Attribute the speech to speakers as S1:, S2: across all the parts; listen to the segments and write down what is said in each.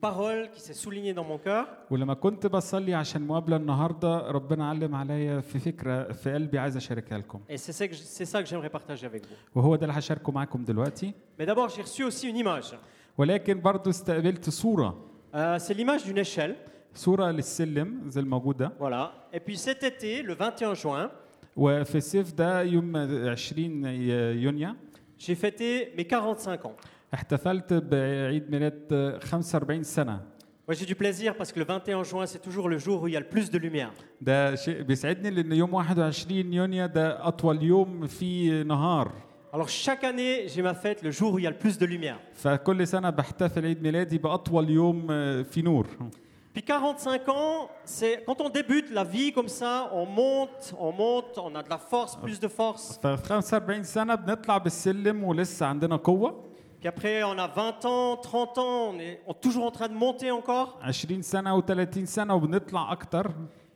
S1: parole qui s'est soulignée dans mon cœur.
S2: ولما كنت بصلي عشان مقابلة النهاردة ربنا علم عليا في فكرة في قلبي عايز أشاركها لكم
S1: Et c'est ça que je- c'est ça que j'aimerais partager avec vous.
S2: وهو ده اللي هشاركه معاكم دلوقتي
S1: Mais d'abord, j'ai reçu aussi une image.
S2: ولكن برضو استقبلت صورة
S1: Euh, c'est l'image d'une échelle.
S2: صورة للسلم زي الموجودة
S1: Voilà. Et puis cet été, le 21 juin,
S2: وفي الصيف ده يوم 20 يونيو
S1: j'ai fêté mes 45 ans.
S2: احتفلت بعيد ميلاد 45 سنة
S1: Moi, j'ai du plaisir parce que le 21 juin, c'est toujours le jour où il y a le plus de lumière.
S2: ده شيء بيسعدني لأن يوم 21 يونيو ده أطول يوم في نهار
S1: Alors chaque année, j'ai ma fête le jour où il y a le plus de lumière.
S2: فكل سنة بحتفل عيد ميلادي بأطول يوم في نور
S1: Puis 45 ans, c'est quand on débute la vie comme ça, on monte, on monte, on a de la force, plus de force.
S2: ف 45 سنة بنطلع بالسلم ولسه عندنا قوة
S1: Puis après, on a 20 ans, 30 ans, on est on est toujours en train de monter encore.
S2: 20 سنة و30 سنة وبنطلع أكتر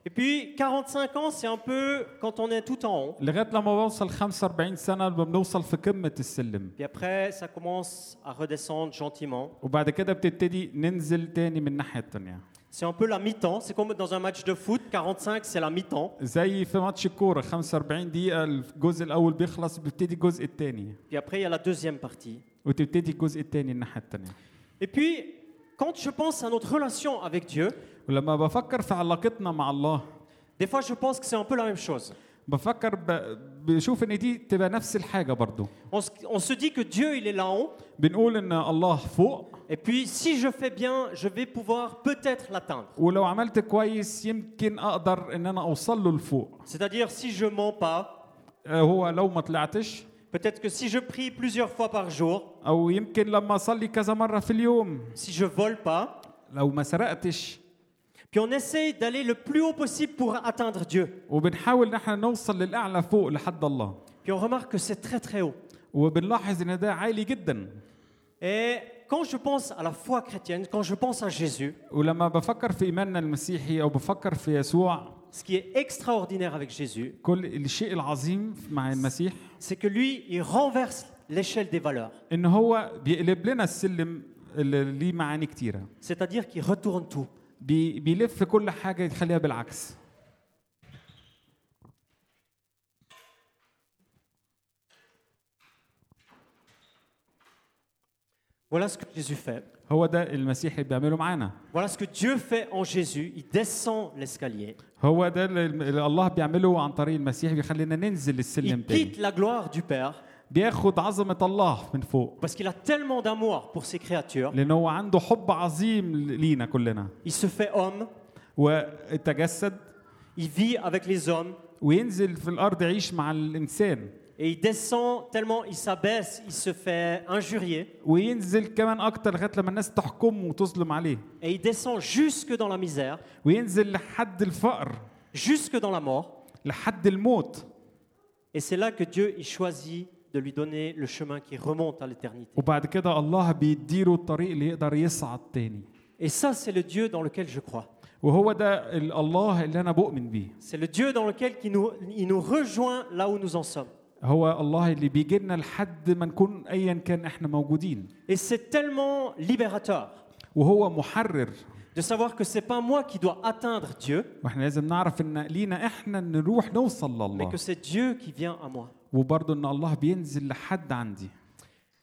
S1: Et puis 45 ans, c'est un peu quand on est tout en haut.
S2: لغاية لما بوصل 45 سنة بنوصل في قمة السلم
S1: Puis après, ça commence à redescendre gentiment.
S2: وبعد كده بتبتدي ننزل تاني من الناحية التانية
S1: C'est un peu la mi-temps, c'est comme dans un match de foot, 45 c'est la mi-temps.
S2: زي في ماتش الكورة 45 دقيقة الجزء الأول بيخلص بيبتدي الجزء التاني
S1: Puis après, il y a la deuxième partie.
S2: وتبتدي الجزء التاني الناحية التانية
S1: Et puis, quand je pense à notre relation avec Dieu,
S2: ولما بفكر في علاقتنا مع الله
S1: des fois je pense que c'est un peu la même chose.
S2: بفكر ب... بشوف ان دي تبقى نفس الحاجة برضو
S1: On se, on se dit que Dieu, il est là-haut,
S2: بنقول ان الله فوق
S1: et puis si je fais bien, je vais pouvoir peut-être l'atteindre.
S2: ولو عملت كويس يمكن اقدر ان انا اوصل له لفوق
S1: C'est-à-dire, si je mens pas,
S2: آه، هو لو ما طلعتش
S1: peut-être que si je prie plusieurs fois par jour,
S2: او يمكن لما اصلي كذا مره في اليوم
S1: si je vole pas,
S2: لو ما سرقتش
S1: puis on essaye d'aller le plus haut possible pour atteindre Dieu.
S2: وبنحاول ان احنا نوصل للاعلى فوق لحد الله
S1: Puis on remarque que c'est très très haut.
S2: وبنلاحظ ان ده عالي جدا
S1: Et quand je pense à la foi chrétienne, quand je pense à Jésus,
S2: ولما بفكر في ايماننا المسيحي او بفكر في يسوع
S1: ce qui est extraordinaire avec Jésus,
S2: كل الشيء العظيم مع المسيح
S1: c'est que lui, il renverse l'échelle des valeurs.
S2: ان هو بيقلب لنا السلم اللي ليه معاني كتيره
S1: C'est-à-dire qu'il retourne tout.
S2: بي بيلف كل حاجه يخليها بالعكس
S1: Voilà ce que Jésus fait.
S2: هو ده المسيح اللي بيعمله معانا
S1: Voilà ce que Dieu fait en Jésus. Il descend l'escalier.
S2: هو ده اللي اللي الله بيعمله عن طريق المسيح بيخلينا ننزل السلم
S1: Il
S2: تاني
S1: quitte la gloire du Père
S2: بياخد عظمه الله من فوق
S1: parce qu'il a tellement d'amour pour ses créatures.
S2: لان هو عنده حب عظيم لينا كلنا
S1: Il se fait homme.
S2: وتجسد
S1: Il vit avec les hommes.
S2: وينزل في الارض يعيش مع الانسان
S1: Et il descend tellement il s'abaisse, il se fait injurier.
S2: وينزل كمان اكتر لغايه لما الناس تحكمه وتظلم عليه
S1: Et il descend jusque dans la misère,
S2: وينزل لحد الفقر
S1: jusque dans la mort.
S2: لحد الموت
S1: Et c'est là que Dieu il choisit de lui donner le chemin qui remonte à l'éternité.
S2: وبعد كده الله بيديله الطريق اللي يقدر يصعد تاني
S1: Et ça, c'est le Dieu dans lequel je crois.
S2: وهو ده ال- الله اللي انا بؤمن بيه
S1: C'est le Dieu dans lequel qui nous- il nous rejoint là où nous en sommes.
S2: هو الله اللي بيجي لنا لحد ما نكون ايا كان احنا موجودين
S1: Et c'est tellement libérateur
S2: وهو محرر
S1: de savoir que c'est pas moi qui dois atteindre Dieu,
S2: واحنا لازم نعرف ان لينا احنا نروح نوصل
S1: mais que
S2: لله
S1: c'est Dieu qui vient à moi.
S2: وبرضه ان الله بينزل لحد عندي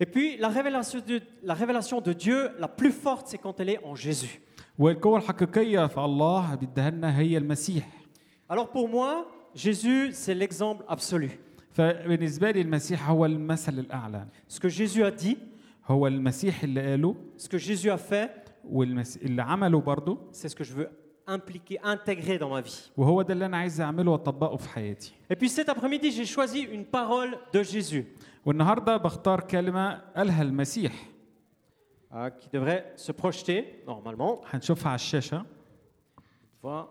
S1: Et puis la révélation de, la révélation de Dieu la plus forte, c'est quand elle est en Jésus.
S2: والقوة الحقيقية في الله بيديها لنا هي المسيح
S1: Alors pour moi, Jésus, c'est l'exemple absolu.
S2: فبالنسبة لي المسيح هو المثل الأعلى
S1: Ce que Jésus a dit,
S2: هو المسيح اللي قاله
S1: ce que Jésus a fait,
S2: والمس... اللي عمله برضه
S1: c'est ce que je veux impliquer, intégrer dans ma vie.
S2: وهو ده اللي انا عايز اعمله واطبقه في حياتي
S1: Et puis cet après-midi, j'ai choisi une parole de Jésus
S2: والنهارده بختار كلمه قالها المسيح
S1: euh, qui devrait se projeter normalement.
S2: هنشوفها على الشاشه
S1: Voilà.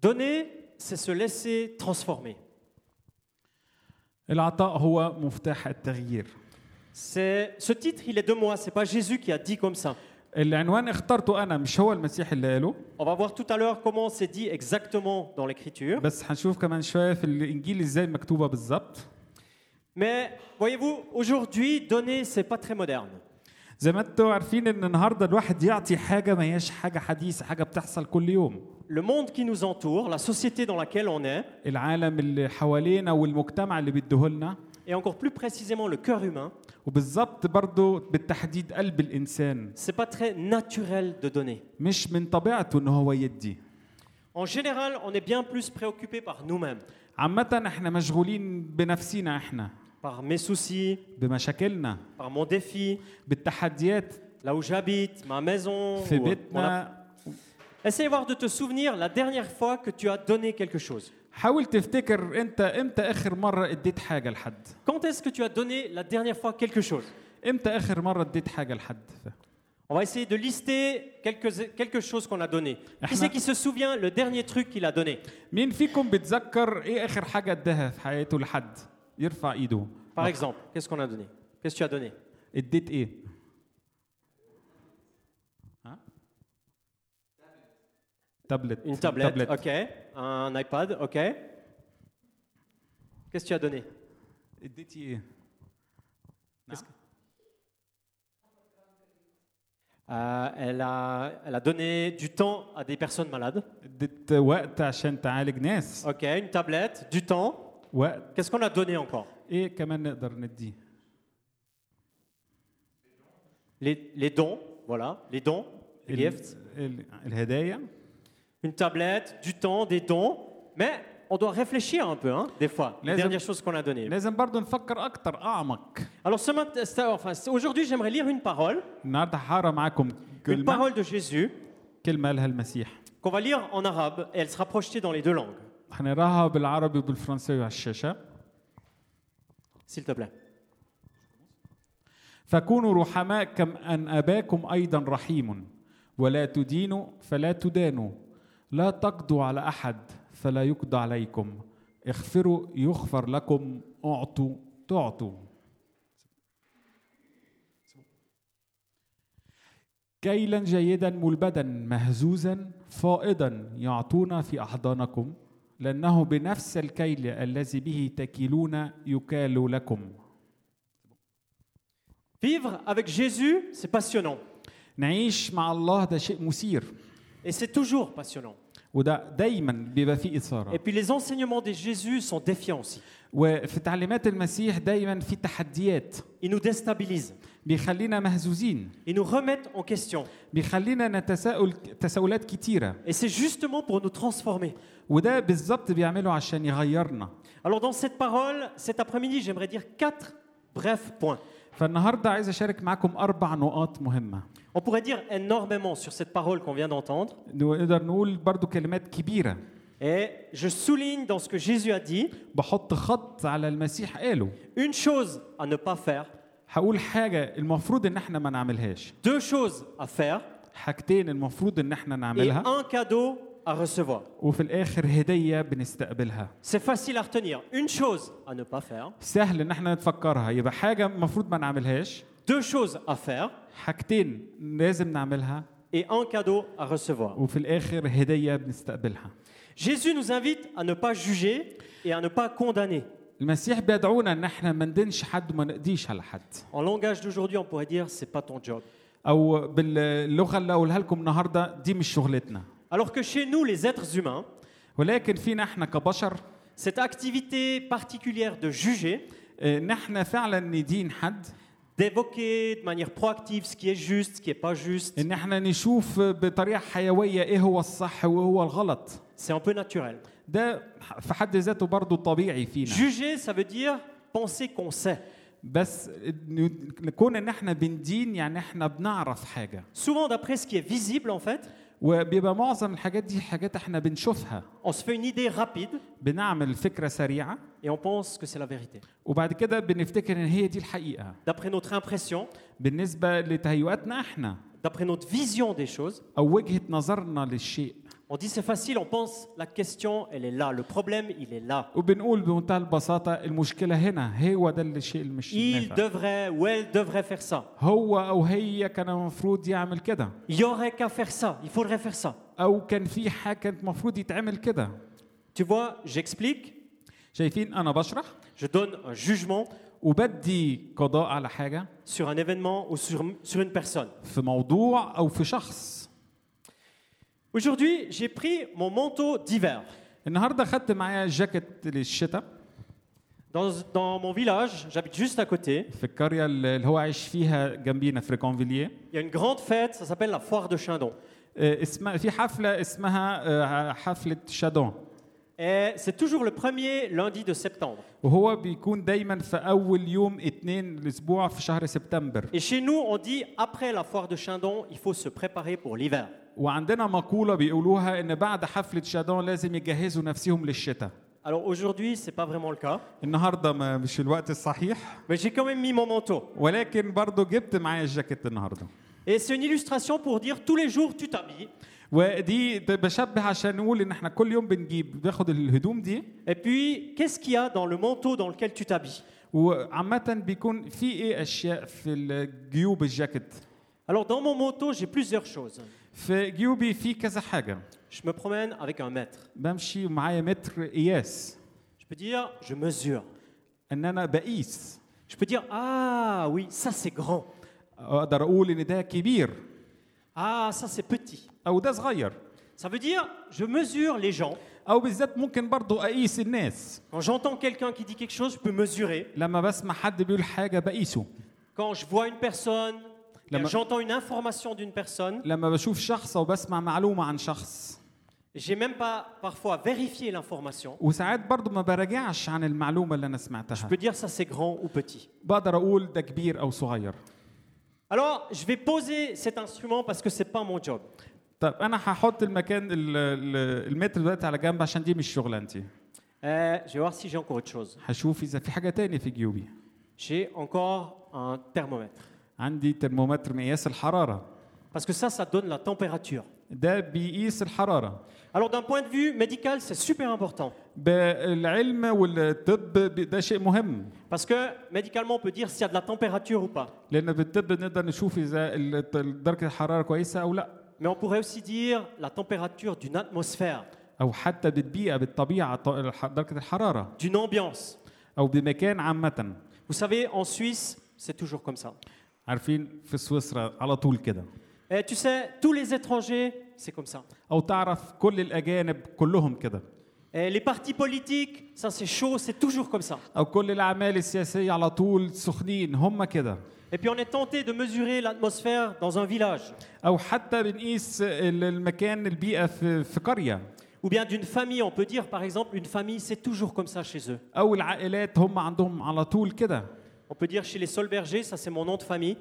S1: Donner, c'est se laisser transformer.
S2: العطاء هو مفتاح التغيير
S1: C'est ce titre, il est de moi. C'est pas Jésus qui a dit comme ça.
S2: العنوان اخترته انا مش هو المسيح اللي قاله
S1: On va voir tout à l'heure comment c'est dit exactement dans l'écriture.
S2: بس هنشوف كمان شويه في الانجيل ازاي مكتوبه بالظبط
S1: Mais voyez-vous, aujourd'hui, donner, c'est pas très moderne.
S2: زي ما انتوا عارفين ان النهارده الواحد يعطي حاجه ما هياش حاجه حديثه حاجه بتحصل كل يوم
S1: Le monde qui nous entoure, la société dans laquelle on est,
S2: العالم اللي حوالينا والمجتمع اللي بيديهولنا
S1: et encore plus précisément le cœur humain,
S2: وبالظبط برضه بالتحديد قلب الانسان
S1: c'est pas très naturel de donner.
S2: مش من طبيعته ان هو يدي
S1: En général, on est bien plus préoccupé par nous-mêmes,
S2: عامه احنا مشغولين بنفسينا احنا
S1: par mes soucis,
S2: بمشاكلنا
S1: par mon défi,
S2: بالتحديات
S1: là où j'habite, ma maison.
S2: في
S1: ou mon app-
S2: بيتنا
S1: Essaye voir de te souvenir la dernière fois que tu as donné quelque chose.
S2: حاول تفتكر انت امتى اخر مره اديت حاجه لحد
S1: Quand est-ce que tu as donné la dernière fois quelque chose
S2: امتى اخر مره اديت حاجه لحد
S1: On va essayer de lister quelques, quelque chose qu'on a donné. Qui
S2: Ahmed.
S1: c'est qui se souvient le dernier truc qu'il a donné
S2: مين فيكم بيتذكر ايه اخر حاجه اداها في حياته لحد يرفع ايده
S1: Par exemple, qu'est-ce qu'on a donné Qu'est-ce que tu as donné
S2: اديت ايه ها تابلت
S1: Une tablette, ok. Un iPad, ok. Qu'est-ce que tu as donné
S2: اديتي ايه نعم.
S1: Euh, elle, a, elle a donné du temps à des personnes malades.
S2: اديت وقت عشان تعالج ناس
S1: Ok, une tablette, du temps.
S2: وقت
S1: Qu'est-ce qu'on a donné encore
S2: ايه كمان نقدر نديه
S1: les, les dons, voilà, les dons, les
S2: ال-
S1: gifts.
S2: ال- الهدايا
S1: Une tablette, du temps, des dons. Mais on doit réfléchir un peu, hein, des fois, les
S2: Les-
S1: dernières choses qu'on a données.
S2: لازم برضو نفكر اكتر اعمق
S1: Alors ce matin, c'est- enfin, c'est- aujourd'hui, j'aimerais lire une parole,
S2: النهارده هقرا معاكم
S1: une
S2: كلمه
S1: parole de Jésus
S2: كلمه قالها المسيح
S1: qu'on va lire en arabe et elle sera projetée dans les deux langues,
S2: هنقراها بالعربي وبالفرنساوي على الشاشه
S1: s'il te plaît.
S2: فكونوا رحماء كم أن أباكم أيضا رحيم ولا تدينوا فلا تدانوا لا تقضوا على أحد فلا يقضى عليكم اغفروا يغفر لكم اعطوا تعطوا كيلا جيدا ملبدا مهزوزا فائضا يعطون في أحضانكم لأنه بنفس الكيل الذي به تكيلون يكال لكم
S1: Vivre avec Jésus, c'est passionnant.
S2: نعيش مع الله ده شيء مثير
S1: Et c'est toujours passionnant.
S2: وده دايما بيبقى فيه
S1: Et
S2: اثاره
S1: puis les enseignements de Jésus sont défiants aussi.
S2: وفي تعليمات المسيح دايما في تحديات
S1: Ils nous déstabilisent.
S2: بيخلينا مهزوزين
S1: Ils nous remettent en question.
S2: بيخلينا نتساءل تساؤلات كتيره
S1: Et c'est justement pour nous transformer.
S2: وده بالظبط بيعمله عشان يغيرنا
S1: Alors dans cette parole, cet après-midi, j'aimerais dire quatre brefs points.
S2: فالنهارده عايز اشارك معاكم اربع نقاط مهمه
S1: On pourrait dire énormément sur cette parole qu'on vient d'entendre.
S2: نقدر نقول برضو كلمات كبيره
S1: Et je souligne dans ce que Jésus a dit,
S2: بحط خط على المسيح قاله
S1: une chose à ne pas faire,
S2: هقول حاجه المفروض ان احنا ما نعملهاش
S1: deux choses à faire
S2: حاجتين المفروض ان احنا
S1: et
S2: نعملها
S1: un cadeau à recevoir.
S2: وفي الاخر هديه بنستقبلها
S1: C'est facile à retenir. Une chose à ne pas faire,
S2: سهل ان احنا نتفكرها يبقى حاجه المفروض ما نعملهاش
S1: deux choses à faire
S2: حاجتين لازم نعملها
S1: et un cadeau à recevoir.
S2: وفي الاخر هديه بنستقبلها
S1: Jésus nous invite à ne pas juger et à ne pas condamner.
S2: المسيح بيدعونا ان احنا ما ندينش حد وما نقديش على حد
S1: En langage d'aujourd'hui, on pourrait dire c'est pas ton job.
S2: او باللغه اللي اقولها لكم النهارده دي مش شغلتنا
S1: Alors que chez nous, les êtres humains,
S2: ولكن فينا احنا كبشر
S1: cette activité particulière de juger,
S2: آه، ان احنا فعلا ندين حد
S1: d'évoquer de manière proactive ce qui est juste, ce qui est pas juste,
S2: ان احنا نشوف بطريقه حيويه ايه هو الصح وايه هو الغلط
S1: c'est un peu naturel.
S2: ده في حد ذاته برضه طبيعي فينا
S1: Juger, ça veut dire penser qu'on sait.
S2: بس إن- كون ان احنا بندين يعني احنا بنعرف حاجه
S1: Souvent, d'après ce qui est visible, en fait,
S2: وبيبقى معظم الحاجات دي حاجات احنا بنشوفها
S1: on se fait une idée rapide
S2: بنعمل فكره سريعه
S1: et on pense que c'est la vérité.
S2: وبعد كده بنفتكر ان هي دي الحقيقه
S1: D'après notre impression,
S2: بالنسبه لتهيؤاتنا احنا
S1: d'après notre vision des choses,
S2: او وجهه نظرنا للشيء
S1: On dit c'est facile, on pense la question, elle est là, le problème, il est là.
S2: وبنقول بمنتهى البساطة المشكلة هنا هو ده اللي الشيء اللي مش
S1: Il
S2: نافع
S1: devrait ou elle devrait faire ça.
S2: هو أو هي كان المفروض يعمل كده
S1: Il y aurait qu'à faire ça, il faudrait faire ça.
S2: أو كان في حاجة كانت المفروض يتعمل كده
S1: Tu vois, j'explique,
S2: شايفين أنا بشرح
S1: je donne un jugement
S2: وبدي قضاء على حاجة
S1: sur un événement ou sur, sur une personne.
S2: في موضوع أو في شخص
S1: Aujourd'hui, j'ai pris mon manteau d'hiver.
S2: النهاردة خدت معايا جاكيت للشتاء
S1: Dans, dans mon village, j'habite juste à côté,
S2: في القرية اللي اللي هو عايش فيها جنبينا في ريكونفيليه
S1: il y a une grande fête, ça s'appelle la foire de Chindon.
S2: آه، اسمها في حفلة اسمها آه، حفلة شادون
S1: Et c'est toujours le premier lundi de septembre.
S2: وهو بيكون دايما في أول يوم اتنين الأسبوع في شهر سبتمبر
S1: Et chez nous, on dit après la foire de Chindon, il faut se préparer pour l'hiver.
S2: وعندنا مقولة بيقولوها إن بعد حفلة شادون لازم يجهزوا نفسهم للشتاء
S1: Alors aujourd'hui, c'est pas vraiment le cas,
S2: النهاردة ما- مش الوقت الصحيح
S1: mais j'ai quand même mis mon manteau.
S2: ولكن برضو جبت معايا الجاكيت النهاردة
S1: Et c'est une illustration pour dire tous les jours tu t'habilles
S2: ودي ده بشبه عشان نقول ان احنا كل يوم بنجيب بناخد الهدوم دي
S1: Et puis, qu'est-ce qu'il y a dans le manteau dans lequel tu t'habilles
S2: وعامة بيكون في ايه اشياء في ال- جيوب الجاكيت
S1: Alors, dans mon manteau, j'ai plusieurs choses.
S2: في جيوبي في كذا حاجة
S1: Je me promène avec un mètre.
S2: بمشي معايا متر قياس
S1: Je peux dire, je mesure.
S2: ان انا بقيس
S1: Je peux dire, ah oui, ça c'est grand.
S2: اقدر اقول ان ده كبير
S1: Ah, ça c'est petit.
S2: او ده صغير
S1: Ça veut dire, je mesure les gens.
S2: او بالذات ممكن برضو اقيس الناس
S1: Quand j'entends quelqu'un qui dit quelque chose, je peux mesurer.
S2: لما بسمع حد بيقول حاجة بقيسه
S1: Quand je vois une personne,
S2: La
S1: quand
S2: ma-
S1: j'entends une information d'une personne,
S2: لما بشوف شخص او بسمع معلومة عن شخص
S1: j'ai même pas parfois vérifié l'information.
S2: وساعات برضو ما براجعش عن المعلومة اللي انا
S1: Je
S2: سمعتها
S1: peux dire ça c'est grand ou petit.
S2: بقدر اقول ده كبير او صغير
S1: Alors, je vais poser cet instrument parce que c'est pas mon job.
S2: طب انا طيب، هحط المكان ال- ال- المتر دلوقتي على جنب عشان دي مش شغلانتي
S1: Euh, je vais voir si j'ai encore autre chose.
S2: هشوف اذا في حاجه تاني في جيوبي
S1: J'ai encore un thermomètre.
S2: عندي ترمومتر مقياس الحراره
S1: Parce que ça, ça donne la température.
S2: ده بيقيس الحراره
S1: Alors d'un point de vue médical, c'est super important.
S2: بالعلم والطب بي- ده شيء مهم
S1: Parce que médicalement, on peut dire s'il y a de la température ou pas.
S2: لان بالطب نقدر نشوف اذا ال- درجه الحراره كويسه او لا
S1: Mais on pourrait aussi dire la température d'une atmosphère,
S2: او حتى بالبيئه بالطبيعه ط- الح- درجه الحراره
S1: d'une ambiance.
S2: او بمكان عامه
S1: Vous savez, en Suisse, c'est toujours comme ça.
S2: عارفين في سويسرا على طول كده
S1: Et Eh, tu sais, tous les étrangers, c'est comme ça.
S2: او تعرف كل الاجانب كلهم كده
S1: Et Eh, les partis politiques, ça c'est chaud, c'est toujours comme ça.
S2: او كل الاعمال السياسيه على طول سخنين هم كده
S1: Et puis on est tenté de mesurer l'atmosphère dans un village,
S2: او حتى بنقيس ال- المكان البيئه في في قريه
S1: ou bien d'une famille. On peut dire par exemple, une famille, c'est toujours comme ça chez eux.
S2: او العائلات هم عندهم على طول كده
S1: On peut dire chez les Solbergers, ça c'est mon nom de famille.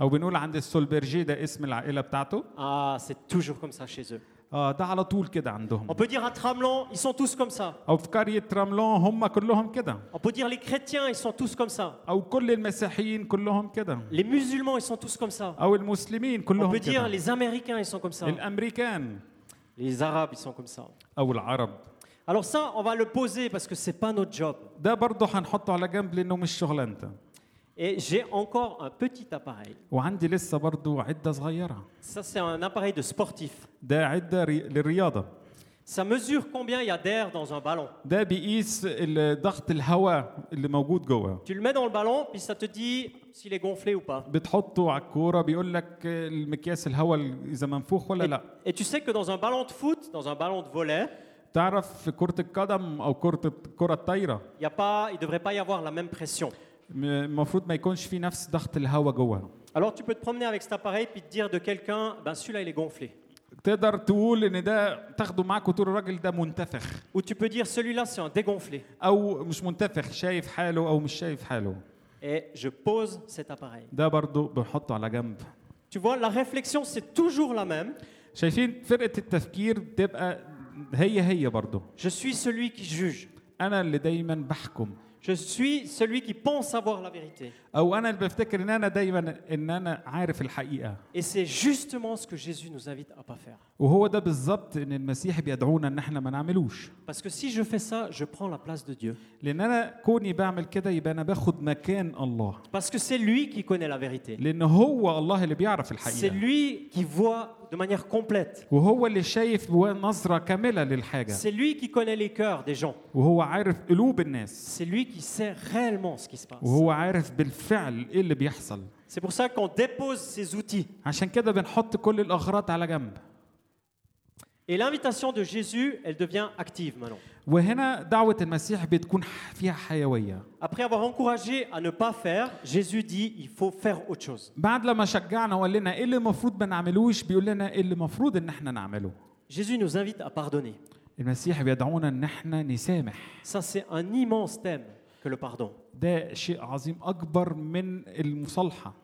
S2: او بنقول عند السولبرجي ده اسم العائله بتاعته
S1: Ah, c'est toujours comme ça chez eux.
S2: اه ده على طول كده عندهم
S1: On peut dire à Tramelan, ils sont tous comme ça.
S2: او في قريه رملون هم كلهم كده
S1: On peut dire les chrétiens, ils sont tous comme ça.
S2: او كل المسيحيين كلهم كده
S1: Les musulmans, ils sont tous comme ça.
S2: او المسلمين
S1: On
S2: كلهم
S1: peut dire
S2: كده
S1: les américains, ils sont comme ça.
S2: الامريكان
S1: Les arabes, ils sont comme ça.
S2: او العرب
S1: Alors ça, on va le poser parce que c'est pas notre job.
S2: ده برضه هنحطه على جنب لانه مش شغلانته
S1: Et j'ai encore un petit appareil.
S2: وعندي لسه برضه عده صغيره
S1: Ça, c'est un appareil de sportif.
S2: ده عده ري... للرياضه
S1: Ça mesure combien il y a d'air dans un ballon.
S2: ده بيقيس ال- ضغط الهواء اللي موجود جوه
S1: Tu le mets dans le ballon, puis ça te dit s'il est gonflé ou pas.
S2: بتحطه على الكوره بيقول لك المقياس الهواء ال- اذا منفوخ ولا لا
S1: Et tu sais que dans un ballon de foot, dans un ballon de volet,
S2: تعرف في كره القدم او كره الكره الطايره
S1: il y a pas, il devrait pas y avoir la même pression.
S2: م- المفروض ما يكونش في نفس ضغط الهواء جوه
S1: Alors tu peux te promener avec cet appareil puis te dire de quelqu'un, ben celui-là il est gonflé.
S2: تقدر تقول ان ده تاخده معاك وتقول الراجل ده منتفخ
S1: Ou tu peux dire celui-là c'est un dégonflé.
S2: او مش منتفخ شايف حاله او مش شايف حاله
S1: Et je pose cet appareil.
S2: ده برضو بنحطه على جنب
S1: Tu vois, la réflexion c'est toujours la même.
S2: شايفين فرقه التفكير بتبقى هي هي برضو
S1: Je suis celui qui juge.
S2: انا اللي دايما بحكم
S1: Je suis celui qui pense savoir la vérité.
S2: او انا اللي بفتكر ان انا دايما ان انا عارف الحقيقه
S1: Et c'est justement ce que Jésus nous invite à pas faire.
S2: وهو ده بالظبط ان المسيح بيدعونا ان احنا ما نعملوش
S1: Parce que si je fais ça, je prends la place de Dieu.
S2: لان انا كوني بعمل كده يبقى انا باخد مكان الله
S1: Parce que c'est lui qui connaît la vérité.
S2: لان هو الله اللي بيعرف
S1: C'est
S2: الحقيقه
S1: lui qui voit de manière complète.
S2: وهو اللي شايف نظره كامله للحاجه
S1: C'est lui qui connaît les cœurs des gens.
S2: وهو عارف قلوب الناس
S1: C'est lui qui sait réellement ce qui se passe.
S2: وهو عارف بالفعل ايه اللي بيحصل
S1: C'est pour ça qu'on dépose ces outils.
S2: عشان كده بنحط كل الاغراض على جنب
S1: Et l'invitation de Jésus, elle devient active maintenant.
S2: وهنا دعوه المسيح بتكون فيها حيويه
S1: Après avoir encouragé à ne pas faire, Jésus dit il faut faire autre chose.
S2: بعد لما شجعنا وقال لنا ايه اللي المفروض ما نعملوش بيقول لنا ايه اللي المفروض ان احنا نعمله
S1: Jésus nous invite à pardonner.
S2: المسيح بيدعونا ان احنا نسامح
S1: Ça, c'est un immense thème que le pardon.
S2: ده شيء عظيم اكبر من المصالحه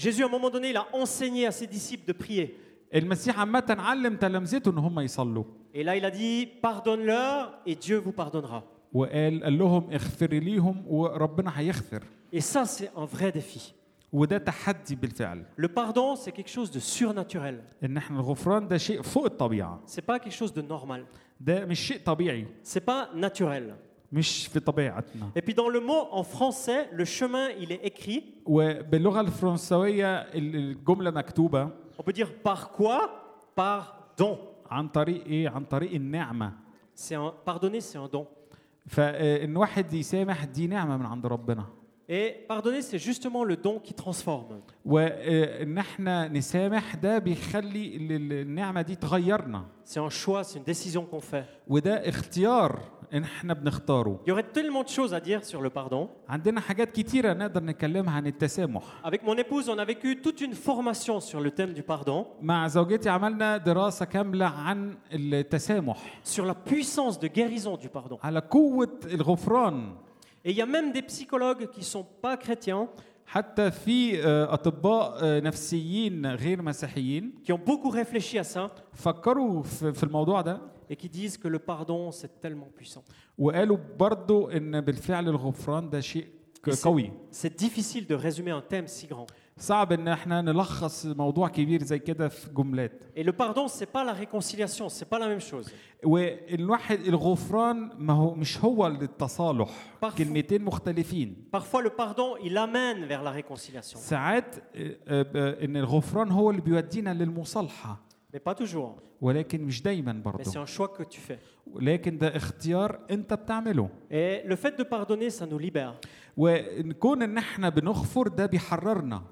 S1: Jésus, à un moment donné, il a enseigné à ses disciples de prier.
S2: المسيح عامه علم تلامذته ان هم يصلوا
S1: Et là, il a dit pardonne-leur et Dieu vous pardonnera.
S2: وقال قال لهم اغفر ليهم وربنا هيغفر
S1: Et ça, c'est un vrai défi.
S2: وده تحدي بالفعل
S1: Le pardon, c'est quelque chose de surnaturel.
S2: ان احنا الغفران ده شيء فوق الطبيعه
S1: C'est pas quelque chose de normal.
S2: ده مش شيء طبيعي
S1: C'est pas naturel.
S2: مش في طبيعتنا
S1: Et puis dans le mot en français, le chemin, il est écrit.
S2: وباللغه الفرنسويه ال- الجمله مكتوبه
S1: On peut dire par quoi Par don.
S2: عن طريق ايه عن طريق النعمه
S1: C'est un pardonner, c'est un don.
S2: فان واحد يسامح دي نعمه من عند ربنا
S1: Et pardonner, c'est justement le don qui transforme.
S2: وان احنا نسامح ده بيخلي ال- ال- النعمه دي تغيرنا
S1: C'est un choix, c'est une décision qu'on fait.
S2: وده اختيار ان احنا بنختاره
S1: Il y aurait tellement de choses à dire sur le pardon.
S2: عندنا حاجات كتيره نقدر نتكلمها عن التسامح
S1: Avec mon épouse, on a vécu toute une formation sur le thème du pardon,
S2: مع زوجتي عملنا دراسه كامله عن التسامح
S1: sur la puissance de guérison du pardon.
S2: على قوه الغفران
S1: Et il y a même des psychologues qui sont pas chrétiens,
S2: حتى في آه، اطباء آه، نفسيين غير مسيحيين
S1: qui ont beaucoup réfléchi à ça
S2: فكروا في في الموضوع ده
S1: et qui disent que le pardon, c'est tellement puissant.
S2: وقالوا برضو ان بالفعل الغفران ده شيء ك-
S1: بس-
S2: قوي
S1: C'est difficile de résumer un thème si grand.
S2: صعب ان احنا نلخص موضوع كبير زي كده في جملات
S1: Et le pardon, c'est pas la réconciliation, c'est pas la même chose.
S2: والواحد الغفران ما هو مش هو التصالح
S1: Parfois-
S2: كلمتين مختلفين
S1: Parfois, le pardon, il amène vers la réconciliation,
S2: ساعات آه، آه، ان الغفران هو اللي بيودينا للمصالحه
S1: mais pas toujours. hein.
S2: ولكن مش دايما
S1: Mais c'est
S2: برضه
S1: un choix que tu fais.
S2: ولكن ده اختيار انت بتعمله
S1: Et le fait de pardonner, ça nous libère.
S2: ونكون ان احنا بنغفر ده بيحررنا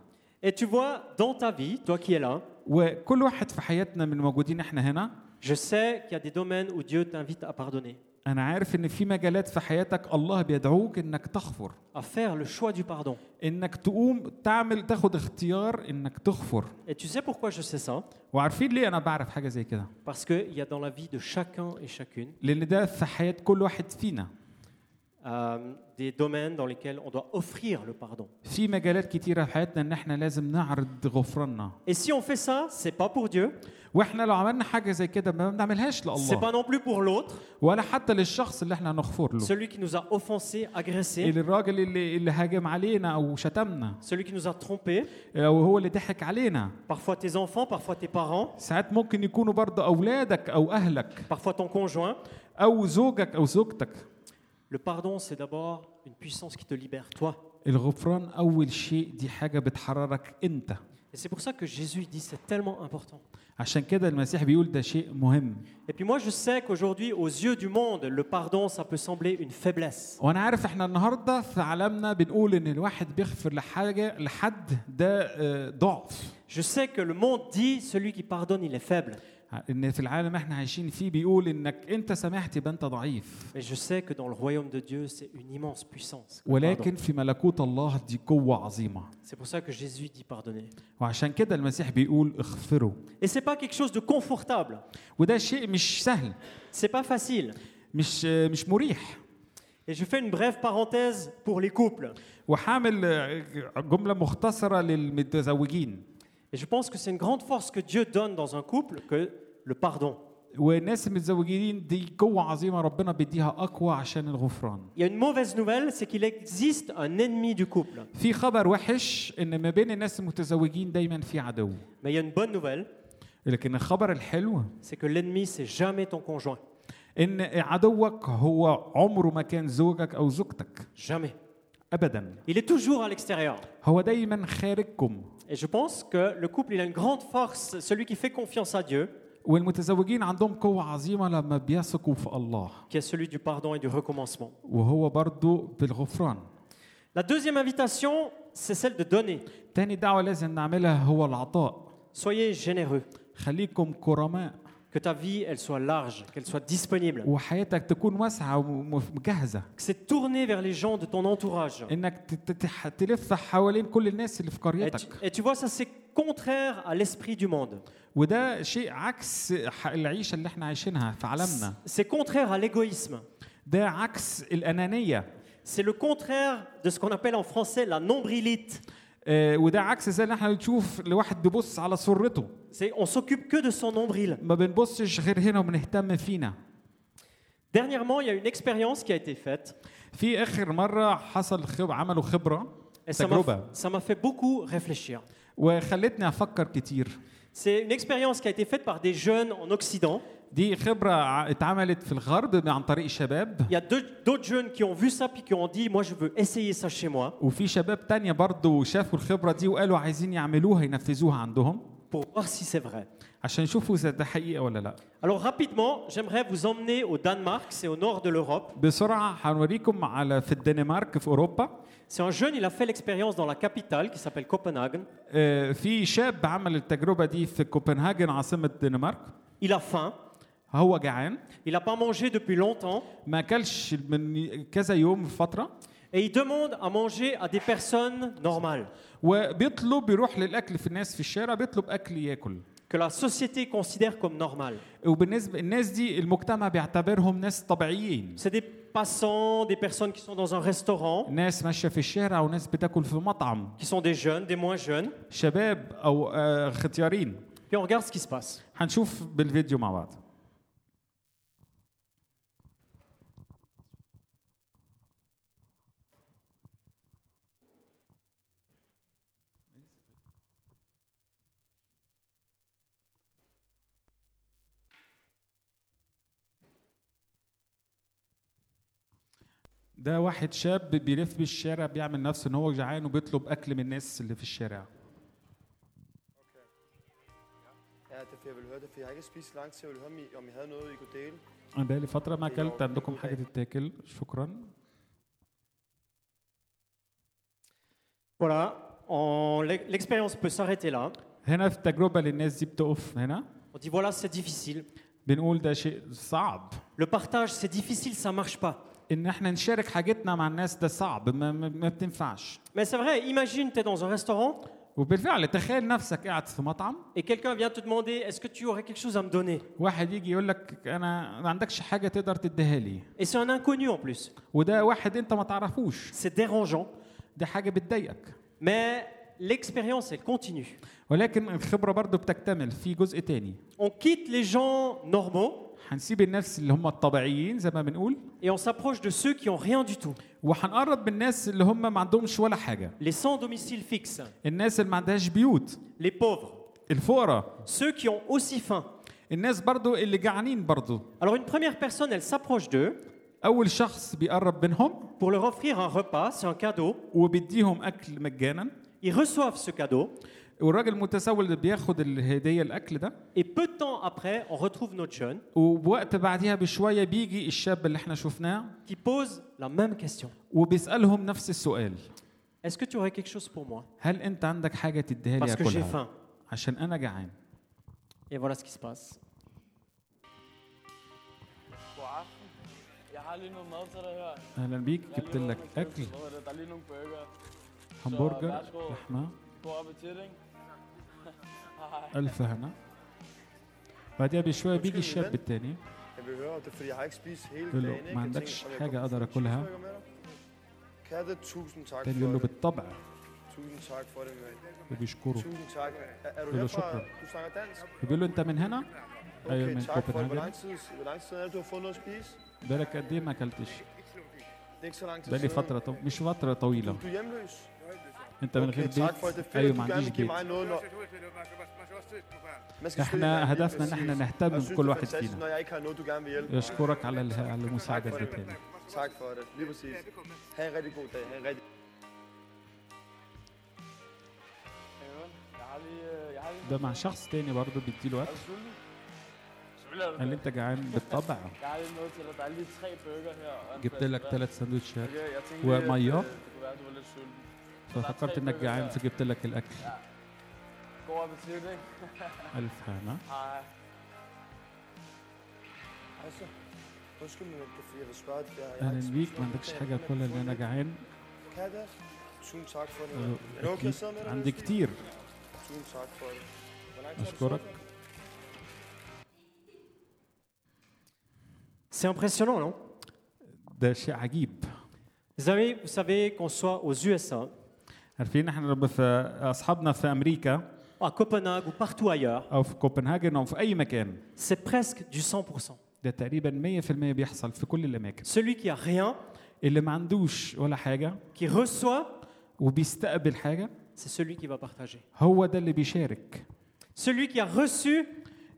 S1: Et tu vois, dans ta vie, toi qui es là,
S2: وكل واحد في حياتنا من الموجودين احنا هنا
S1: je sais qu'il y a des domaines où Dieu t'invite à pardonner,
S2: انا عارف ان في مجالات في حياتك الله بيدعوك انك تغفر
S1: à faire le choix du pardon.
S2: انك تقوم تعمل تاخد اختيار انك تغفر
S1: Et tu sais pourquoi je sais ça
S2: وعارفين ليه انا بعرف حاجه زي كده
S1: Parce qu'il y a dans la vie de chacun et chacune
S2: لان ده في حياه كل واحد فينا
S1: euh, des domaines dans lesquels on doit offrir le pardon.
S2: في مجالات كتيره في حياتنا ان احنا لازم نعرض غفراننا
S1: Et si on fait ça, c'est pas pour Dieu,
S2: واحنا لو عملنا حاجه زي كده ما بنعملهاش
S1: c'est
S2: لله
S1: pas non plus pour l'autre,
S2: ولا حتى للشخص اللي احنا هنغفر له
S1: celui qui nous a offensés, agressés,
S2: الراجل اللي اللي هاجم علينا او شتمنا
S1: celui qui nous a trompés,
S2: او هو اللي ضحك علينا
S1: parfois tes enfants, parfois tes parents,
S2: ساعات ممكن يكونوا برضه اولادك او اهلك
S1: parfois ton conjoint.
S2: او زوجك او زوجتك
S1: Le pardon, c'est d'abord une puissance qui te libère, toi.
S2: الغفران اول شيء دي حاجه بتحررك انت
S1: Et c'est pour ça que Jésus dit c'est tellement important.
S2: عشان كده المسيح بيقول ده شيء مهم
S1: Et puis moi je sais qu'aujourd'hui aux yeux du monde le pardon ça peut sembler une faiblesse.
S2: وانا عارف احنا النهارده في عالمنا بنقول ان الواحد بيغفر لحاجه لحد ده آه، ضعف
S1: Je sais que le monde dit celui qui pardonne il est faible.
S2: ان في العالم احنا عايشين فيه بيقول انك انت سمحت يبقى انت ضعيف
S1: Mais je sais que dans le royaume de Dieu c'est une immense puissance. le pardon.
S2: ولكن في ملكوت الله دي قوه عظيمه
S1: C'est pour ça que Jésus dit pardonner.
S2: وعشان كده المسيح بيقول اغفروا
S1: Et c'est pas quelque chose de confortable.
S2: وده شيء مش سهل
S1: C'est pas facile.
S2: مش آه، مش مريح
S1: Et je fais une brève parenthèse pour les couples.
S2: وحامل آه، جمله مختصره للمتزوجين
S1: Et je pense que c'est une grande force que Dieu donne dans un couple que le pardon.
S2: والناس المتزوجين دي قوة عظيمة ربنا بيديها أقوى عشان الغفران
S1: Il y a une mauvaise nouvelle, c'est qu'il existe un ennemi du couple.
S2: في خبر وحش إن ما بين الناس المتزوجين دايما في عدو
S1: Mais il y a une bonne nouvelle,
S2: لكن الخبر الحلو
S1: c'est que l'ennemi, c'est jamais ton conjoint.
S2: إن عدوك هو عمره ما كان زوجك أو زوجتك
S1: Jamais.
S2: أبدا
S1: Il est toujours à l'extérieur.
S2: هو دايما خارجكم
S1: Et je pense que le couple, il a une grande force, celui qui fait confiance à Dieu,
S2: والمتزوجين عندهم قوة عظيمة لما بيثقوا في الله
S1: qui est celui du pardon et du recommencement.
S2: وهو برضو بالغفران
S1: La deuxième invitation, c'est celle de donner.
S2: تاني دعوة لازم نعملها هو العطاء
S1: Soyez généreux,
S2: خليكم كرماء
S1: que ta vie, elle soit large, qu'elle soit disponible,
S2: وحياتك تكون واسعة ومجهزة
S1: que c'est tourné vers les gens de ton entourage.
S2: انك تت- تت- تلف حوالين كل الناس اللي في
S1: Et tu,
S2: قريتك
S1: et tu vois, ça, c'est contraire à l'esprit du monde.
S2: وده شيء عكس ح- العيشة اللي احنا عايشينها في عالمنا
S1: C'est contraire à l'égoïsme.
S2: ده عكس الأنانية
S1: C'est le contraire de ce qu'on appelle en français la nombrilite.
S2: آه، وده عكس زي اللي احنا بنشوف الواحد بيبص على سرته
S1: C'est on s'occupe que de son nombril.
S2: ما بنبصش غير هنا وبنهتم فينا
S1: Dernièrement, il y a une expérience qui a été faite.
S2: في اخر مره حصل خب... عملوا خبره
S1: Et ça m'a-
S2: تجربه
S1: ça m'a fait beaucoup réfléchir.
S2: وخلتني افكر كتير
S1: C'est une expérience qui a été faite par des jeunes en Occident.
S2: دي خبره ع- اتعملت في الغرب عن طريق شباب
S1: Il y a deux- d'autres jeunes qui ont vu ça puis qui ont dit moi je veux essayer ça chez moi
S2: وفي شباب تانية برضو شافوا الخبرة دي وقالوا عايزين يعملوها ينفذوها عندهم
S1: pour voir si c'est vrai.
S2: عشان يشوفوا إذا ده حقيقة ولا لأ
S1: Alors rapidement, j'aimerais vous emmener au Danemark, c'est au nord de l'Europe.
S2: بسرعة هنوريكم على في الدنمارك في أوروبا
S1: C'est un jeune, il a fait l'expérience dans la capitale qui s'appelle Copenhague.
S2: آه، في شاب عمل التجربة دي في كوبنهاجن عاصمة الدنمارك
S1: Il a faim,
S2: هو جعان
S1: il n'a pas mangé depuis longtemps
S2: ما أكلش من كذا يوم فترة
S1: et il demande à manger à des personnes normales
S2: وبيطلب يروح للأكل في الناس في الشارع بيطلب أكل ياكل
S1: que la société considère comme normales.
S2: وبالنسبة الناس دي المجتمع بيعتبرهم ناس طبيعيين
S1: C'est des passants, des personnes qui sont dans un restaurant,
S2: ناس ماشية في الشارع وناس بتاكل في مطعم
S1: qui sont des jeunes, des moins jeunes.
S2: شباب او آه، ختيارين
S1: Puis on regarde ce qui se passe.
S2: هنشوف بالفيديو مع بعض ده واحد شاب بيلف بالشارع بيعمل نفسه ان هو جعان وبيطلب اكل من الناس اللي في الشارع
S3: Ja, det får jeg vel høre. Det for jeg har ikke spist i lang tid. Jeg ville høre, om I, om I havde noget, I kunne dele.
S2: انا بقالي فتره ما اكلت عندكم حاجه تتاكل شكرا
S1: Voilà, on- l'expérience peut s'arrêter là.
S2: هنا في التجربه للناس دي بتقف هنا
S1: On dit voilà, c'est difficile.
S2: بنقول ده شيء صعب
S1: Le partage, c'est difficile, ça marche pas.
S2: ان احنا نشارك حاجتنا مع الناس ده صعب ما, ما, ما بتنفعش
S1: Mais c'est vrai, imagine, tu es dans un restaurant
S2: وبالفعل تخيل نفسك قاعد في مطعم
S1: et quelqu'un vient te demander est-ce que tu aurais quelque chose à me donner
S2: واحد يجي يقول لك انا ما عندكش حاجه تقدر تديها لي
S1: Et c'est un inconnu en plus.
S2: وده واحد انت ما تعرفوش
S1: C'est dérangeant,
S2: ده حاجه بتضايقك
S1: mais l'expérience, elle continue.
S2: ولكن الخبره برضو بتكتمل في جزء تاني
S1: On quitte les gens normaux
S2: هنسيب الناس اللي هم الطبيعيين زي ما بنقول
S1: et on s'approche de ceux qui ont rien du tout,
S2: وهنقرب من الناس اللي هم ما عندهمش ولا حاجه
S1: les sans domicile fixe,
S2: الناس اللي ما عندهاش بيوت
S1: les pauvres,
S2: الفقراء
S1: ceux qui ont aussi faim.
S2: الناس برضو اللي جعانين برضو
S1: Alors une première personne, elle s'approche d'eux
S2: اول شخص بيقرب منهم
S1: pour leur offrir un repas, c'est un cadeau.
S2: وبيديهم اكل مجانا
S1: Ils reçoivent ce cadeau
S2: والراجل المتسول اللي بياخد الهديه الاكل ده
S1: et peu de temps après, on retrouve notre jeune
S2: ووقت بعديها بشويه بيجي الشاب اللي احنا شفناه
S1: qui pose la même question.
S2: وبيسالهم نفس السؤال
S1: Est-ce que tu aurais quelque chose pour moi
S2: هل انت عندك حاجه تديها لي
S1: Parce que j'ai
S2: اكلها
S1: faim.
S2: عشان انا جعان
S1: Et voilà ce qui se passe.
S4: God aften. Jeg har lige noget mad til dig her. Jeg
S2: اهلا بيك
S4: har
S2: جبت
S4: lige noget,
S2: لك
S4: man
S2: اكل
S4: skal noget af det. Der er lige nogle burger.
S2: همبرجر
S4: واعشقه.
S2: لحمه
S4: God appetit, ikke?
S2: الف هنا بعدها بشويه بيجي الشاب التاني
S3: Jeg vil høre, om det er, fordi jeg har ikke spist hele
S2: Lulu,
S3: dagen. Ikke? Jeg
S2: man,
S3: tænker,
S2: der
S3: om jeg
S2: hakker er
S3: kunne
S2: der
S3: få
S2: kun her.
S3: cheeseburger med dig. Katte, tusind tak
S2: التاني
S3: for
S2: يقول له
S3: det.
S2: بالطبع
S3: Tusind tak for det, mand.
S2: وبيشكره
S3: Tusind tak. Er, er du
S2: Eller
S3: her fra,
S2: shukran.
S3: du snakker dansk?
S2: بيقول له انت من هنا ايوه
S3: Okay,
S2: من
S3: tak for det. Hvor
S2: كوبنهاجن
S3: lang tid, hvor lang tid siden er det, du har fået noget at spise?
S2: بالك قد ايه ما اكلتش
S3: Det er ikke så lang tid
S2: ده لي فتره طو... مش فتره طويله
S3: Du er hjemløs?
S2: انت من غير
S3: Okay, tak for det. Det er
S2: بيت
S3: fedt,
S2: ايوه
S3: at
S2: ما
S3: du
S2: عنديش
S3: gerne vil give
S2: بيت
S3: mig noget, når... Man skal selvfølgelig
S2: احنا
S3: gerne give,
S2: هدفنا ان
S3: præcis.
S2: احنا نهتم
S3: Jeg synes,
S2: بكل
S3: det er
S2: واحد
S3: fantastisk,
S2: فينا
S3: når jeg ikke har noget, du gerne vil hjælpe.
S2: يشكرك على ال- على المساعده
S3: Tak for
S2: الذاتيه
S3: Tak for det. Lige præcis. Ha' en rigtig god dag. Ha' en rigtig...
S4: Øren, Jeg har lige... øh, Jeg har lige...
S2: ده مع شخص تاني برضه بيديله
S4: Er
S2: اكل
S4: du sulten? Selvfølgelig er du
S2: قال لي
S4: det.
S2: انت جعان بالطبع
S4: Jeg har lige noget til dig. Der er lige tre bøger her. og en
S2: جبت
S4: flaske
S2: لك
S4: vand.
S2: ثلاث سندوتشات
S4: Okay, jeg tænkte,
S2: Hvor
S4: lige, at,
S2: Maja?
S4: øh, Det kunne være, at du var lidt sulten.
S2: ففكرت انك جعان فجبت لك الاكل
S4: God appetit, ikke?
S2: الف هنا
S4: Hej.
S3: Altså, undskyld, men jeg kan- jeg vil spørge dig. Jeg, jeg har
S2: اهلا
S3: ikke
S2: بيك
S3: spist
S2: ما
S3: noget
S2: عندكش
S3: i dag.
S2: حاجه
S3: Kan
S2: كل اللي انا
S3: jeg-
S2: جعان
S3: Kan jeg det? Tusind tak for det. mand. Er du okay,
S2: اكيد
S3: at sidde med dig?
S2: أه، عندي كتير
S3: Tusind tak for det. Hvor lang tid har du
S2: اشكرك
S3: sovet for?
S1: C'est impressionnant, non
S2: ده شيء عجيب
S1: Les amis, vous savez qu'on soit aux USA,
S2: عارفين احنا لما في اصحابنا في امريكا
S1: à Copenhague ou partout ailleurs,
S2: او في كوبنهاجن او في اي مكان
S1: c'est presque du 100%.
S2: ده تقريبا 100% بيحصل في كل الاماكن
S1: Celui qui a rien,
S2: اللي ما عندوش ولا حاجه
S1: qui reçoit,
S2: وبيستقبل حاجه
S1: c'est celui qui va partager.
S2: هو ده اللي بيشارك
S1: Celui qui a reçu,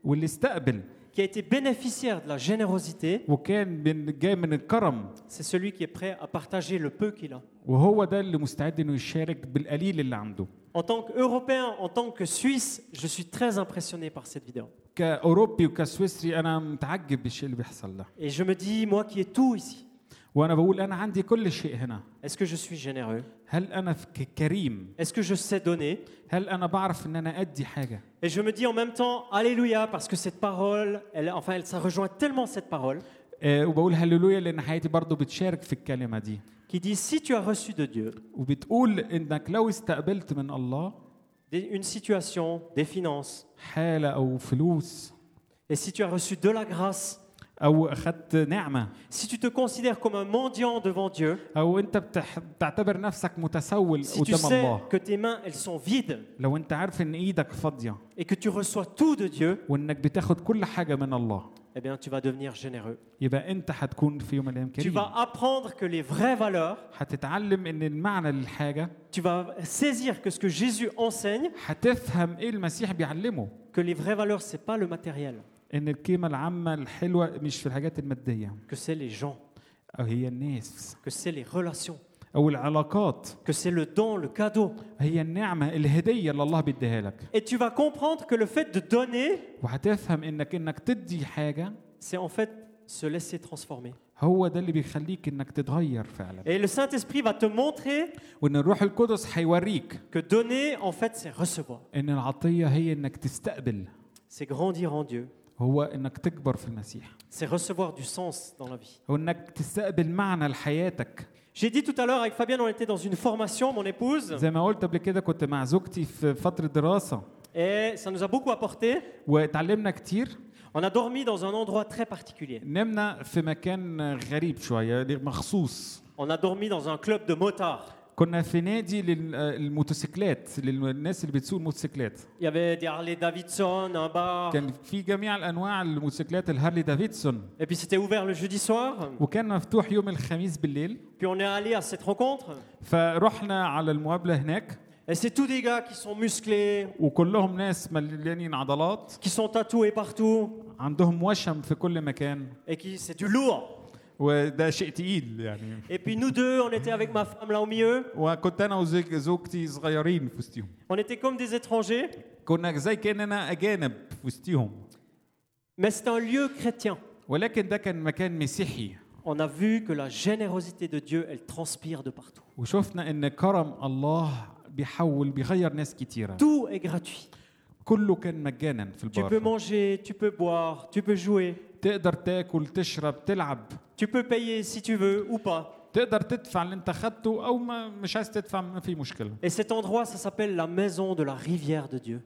S2: واللي استقبل
S1: qui a été bénéficiaire de la générosité,
S2: وكان من جاي من الكرم
S1: c'est celui qui est prêt à partager le peu qu'il a.
S2: وهو ده اللي مستعد انه يشارك بالقليل اللي عنده
S1: En tant qu'Européen, en tant que Suisse, je suis très impressionné par cette vidéo.
S2: كاوروبي وكسويسري انا متعجب بالشيء اللي بيحصل ده
S1: Et je me dis, moi qui ai tout ici,
S2: وانا بقول انا عندي كل شيء هنا
S1: est-ce que je suis généreux
S2: هل انا في ك- كريم
S1: Est-ce que je sais donner
S2: هل انا بعرف ان انا ادي حاجه
S1: Et je me dis en même temps, Alléluia, parce que cette parole, elle, enfin, elle, ça rejoint tellement cette parole
S2: آه وبقول هللويا لان حياتي برضو بتشارك في الكلمه دي
S1: qui dit si tu as reçu de Dieu
S2: وبتقول انك لو استقبلت من الله
S1: des- une situation, des finances,
S2: حاله او فلوس
S1: et si tu as reçu de la grâce,
S2: او اخذت نعمه
S1: si tu te considères comme un mendiant devant Dieu,
S2: او انت بتح... بتعتبر نفسك متسول
S1: si tu
S2: قدام
S1: sais
S2: الله
S1: que tes mains, elles sont vides
S2: لو انت عارف ان ايدك فاضيه
S1: et que tu reçois tout de Dieu,
S2: وانك بتاخد كل حاجه من الله
S1: eh bien, tu vas devenir généreux.
S2: يبقى انت هتكون في يوم من الايام
S1: Tu
S2: كريم
S1: vas apprendre que les vraies valeurs,
S2: هتتعلم ان المعنى للحاجه
S1: tu vas saisir que ce que Jésus enseigne,
S2: هتفهم ايه المسيح بيعلمه
S1: que les vraies valeurs, c'est pas le matériel,
S2: ان القيمه العامه الحلوه مش في الحاجات الماديه
S1: que c'est les gens,
S2: او هي الناس
S1: que c'est les relations,
S2: او العلاقات
S1: que c'est le don, le cadeau.
S2: هي النعمه الهديه اللي الله بيديها لك
S1: Et tu vas comprendre que le fait de donner,
S2: وهتفهم انك انك تدي حاجه
S1: c'est en fait se laisser transformer.
S2: هو ده اللي بيخليك انك تتغير فعلا
S1: Et le Saint-Esprit va te montrer
S2: وان الروح القدس هيوريك
S1: que donner, en fait, c'est recevoir.
S2: ان العطيه هي انك تستقبل
S1: C'est grandir en Dieu.
S2: هو انك تكبر في المسيح
S1: C'est recevoir du sens dans la vie.
S2: هو انك تستقبل معنى لحياتك
S1: J'ai dit tout à l'heure avec Fabienne, on était dans une formation, mon épouse,
S2: زي ما قلت قبل كده كنت مع زوجتي في فتره دراسه
S1: et ça nous a beaucoup apporté.
S2: واتعلمنا كتير
S1: On a dormi dans un endroit très particulier.
S2: نمنا في مكان غريب شويه مخصوص
S1: On a dormi dans un club de motards.
S2: كنا في نادي للموتوسيكلات للناس اللي بتسوق الموتوسيكلات
S1: Il y avait des Harley Davidson, un bar,
S2: كان في جميع الانواع الموتوسيكلات الهارلي دافيدسون
S1: et puis c'était ouvert le jeudi soir.
S2: وكان مفتوح يوم الخميس بالليل
S1: Puis on est allé à cette rencontre,
S2: فرحنا على المقابله هناك
S1: et c'est tous des gars qui sont musclés,
S2: وكلهم ناس مليانين عضلات
S1: qui sont tatoués partout
S2: عندهم وشم في كل مكان
S1: et qui c'est du lourd.
S2: وده شيء تقيل يعني
S1: Et puis nous deux, on était avec ma femme là au milieu,
S2: وكنت انا وزوج- زوجتي صغيرين في وسطهم
S1: on était comme des étrangers,
S2: كنا زي كاننا اجانب في وسطهم
S1: mais c'est un lieu chrétien.
S2: ولكن ده كان مكان مسيحي
S1: On a vu que la générosité de Dieu, elle transpire de partout.
S2: وشفنا ان كرم الله بيحول بيغير ناس كتيره
S1: Tout est gratuit.
S2: كله كان مجانا في
S1: Tu peux
S2: البار
S1: manger, tu peux boire, tu peux jouer,
S2: تقدر تاكل تشرب تلعب
S1: tu peux payer si tu veux ou pas.
S2: تقدر تدفع اللي انت خدته او ما مش عايز تدفع ما في مشكله
S1: Et cet endroit, ça s'appelle la maison de la rivière de Dieu.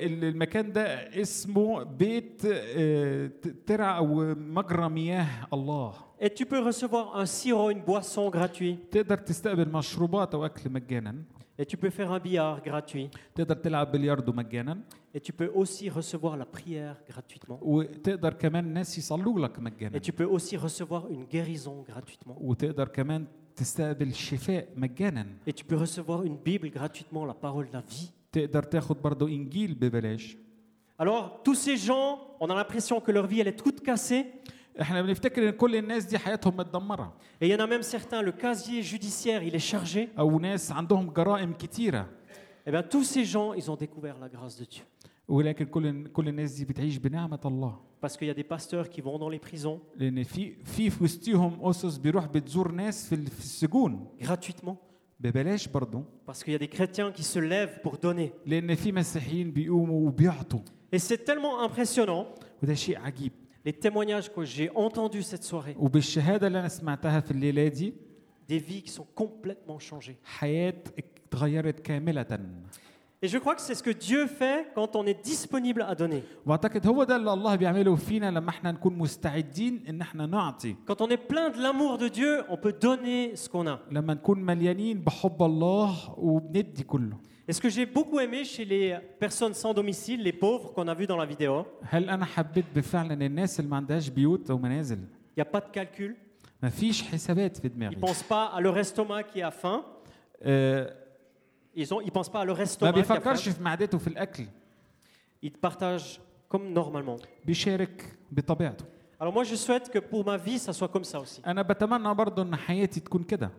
S2: والمكان ده اسمه بيت آه، ت- ترع او مجرى مياه الله
S1: Et tu peux recevoir un sirop, une boisson gratuite.
S2: تقدر تستقبل مشروبات او اكل مجانا
S1: Et tu peux faire un billard gratuit.
S2: تقدر تلعب بلياردو مجانا
S1: Et tu peux aussi recevoir la prière gratuitement.
S2: وتقدر كمان ناس يصلوا لك
S1: Et
S2: مجانا
S1: tu peux aussi recevoir une guérison gratuitement.
S2: وتقدر كمان تستقبل شفاء مجانا
S1: Et tu peux recevoir une Bible gratuitement, la parole de la vie.
S2: تقدر تاخد برضو انجيل ببلاش
S1: Alors, tous ces gens, on a l'impression que leur vie, elle est toute cassée.
S2: احنا بنفتكر ان كل الناس دي حياتهم متدمره
S1: Et il y en a même certains, le casier judiciaire, il est chargé.
S2: او ناس عندهم جرائم كتيره
S1: Eh bien, tous ces gens, ils ont découvert la grâce de Dieu.
S2: ولكن كل كل الناس دي بتعيش بنعمه الله
S1: Parce qu'il y a des pasteurs qui vont dans les prisons
S2: لان في في في وسطهم اسس بيروح بتزور ناس في ال- في السجون
S1: gratuitement.
S2: ببلاش برضو
S1: Parce qu'il y a des chrétiens qui se lèvent pour donner.
S2: لان في مسيحيين بيقوموا وبيعطوا
S1: Et c'est tellement impressionnant,
S2: وده شيء عجيب
S1: les témoignages que j'ai entendus cette soirée,
S2: وبالشهاده اللي انا سمعتها في الليله دي
S1: des vies qui sont complètement changées.
S2: حياه اتغيرت كامله
S1: Et je crois que c'est ce que Dieu fait quand on est disponible à donner.
S2: واعتقد هو ده اللي الله بيعمله فينا لما احنا نكون مستعدين ان احنا نعطي
S1: Quand on est plein de l'amour de Dieu, on peut donner ce qu'on a.
S2: لما نكون مليانين بحب الله وبندي كله
S1: Et ce que j'ai beaucoup aimé chez les personnes sans domicile, les pauvres qu'on a vus dans la vidéo,
S2: هل انا حبيت بفعلا الناس اللي ما عندهاش بيوت او منازل
S1: il n'y a pas de calcul.
S2: ما فيش حسابات في
S1: Ils
S2: دماغي
S1: ne pensent pas à leur estomac qui a faim.
S2: آه
S1: Ils ne pensent pas à leur
S2: ما
S1: estomac qui a
S2: بيفكرش
S1: faim.
S2: في معدته في الاكل
S1: Ils partagent comme normalement.
S2: بيشارك بطبيعته
S1: Alors moi, je souhaite que pour ma vie, ça soit comme ça aussi.
S2: انا بتمنى برضه ان حياتي تكون كده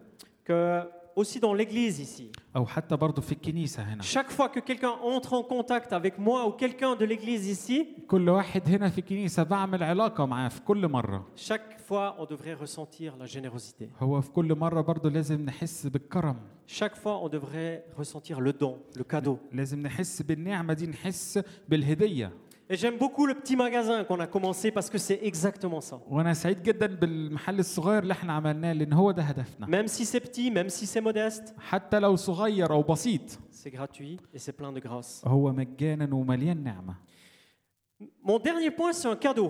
S1: Que aussi dans l'église ici,
S2: او حتى برضه في الكنيسه هنا
S1: chaque fois que quelqu'un entre en contact avec moi ou quelqu'un de l'église ici,
S2: كل واحد هنا في الكنيسه بعمل علاقه معاه في كل مره
S1: chaque fois, on devrait ressentir la générosité.
S2: هو في كل مره برضه لازم نحس بالكرم
S1: Chaque fois, on devrait ressentir le don, le cadeau.
S2: لازم نحس بالنعمة دي نحس بالهدية
S1: Et j'aime beaucoup le petit magasin qu'on a commencé parce que c'est exactement ça.
S2: وأنا سعيد جدا بالمحل الصغير اللي احنا عملناه لأن هو ده هدفنا
S1: Même si c'est petit, même si c'est modeste,
S2: حتى لو صغير أو بسيط
S1: c'est gratuit et c'est plein de grâce.
S2: هو مجانا ومليان نعمة
S1: Mon dernier point, c'est un cadeau.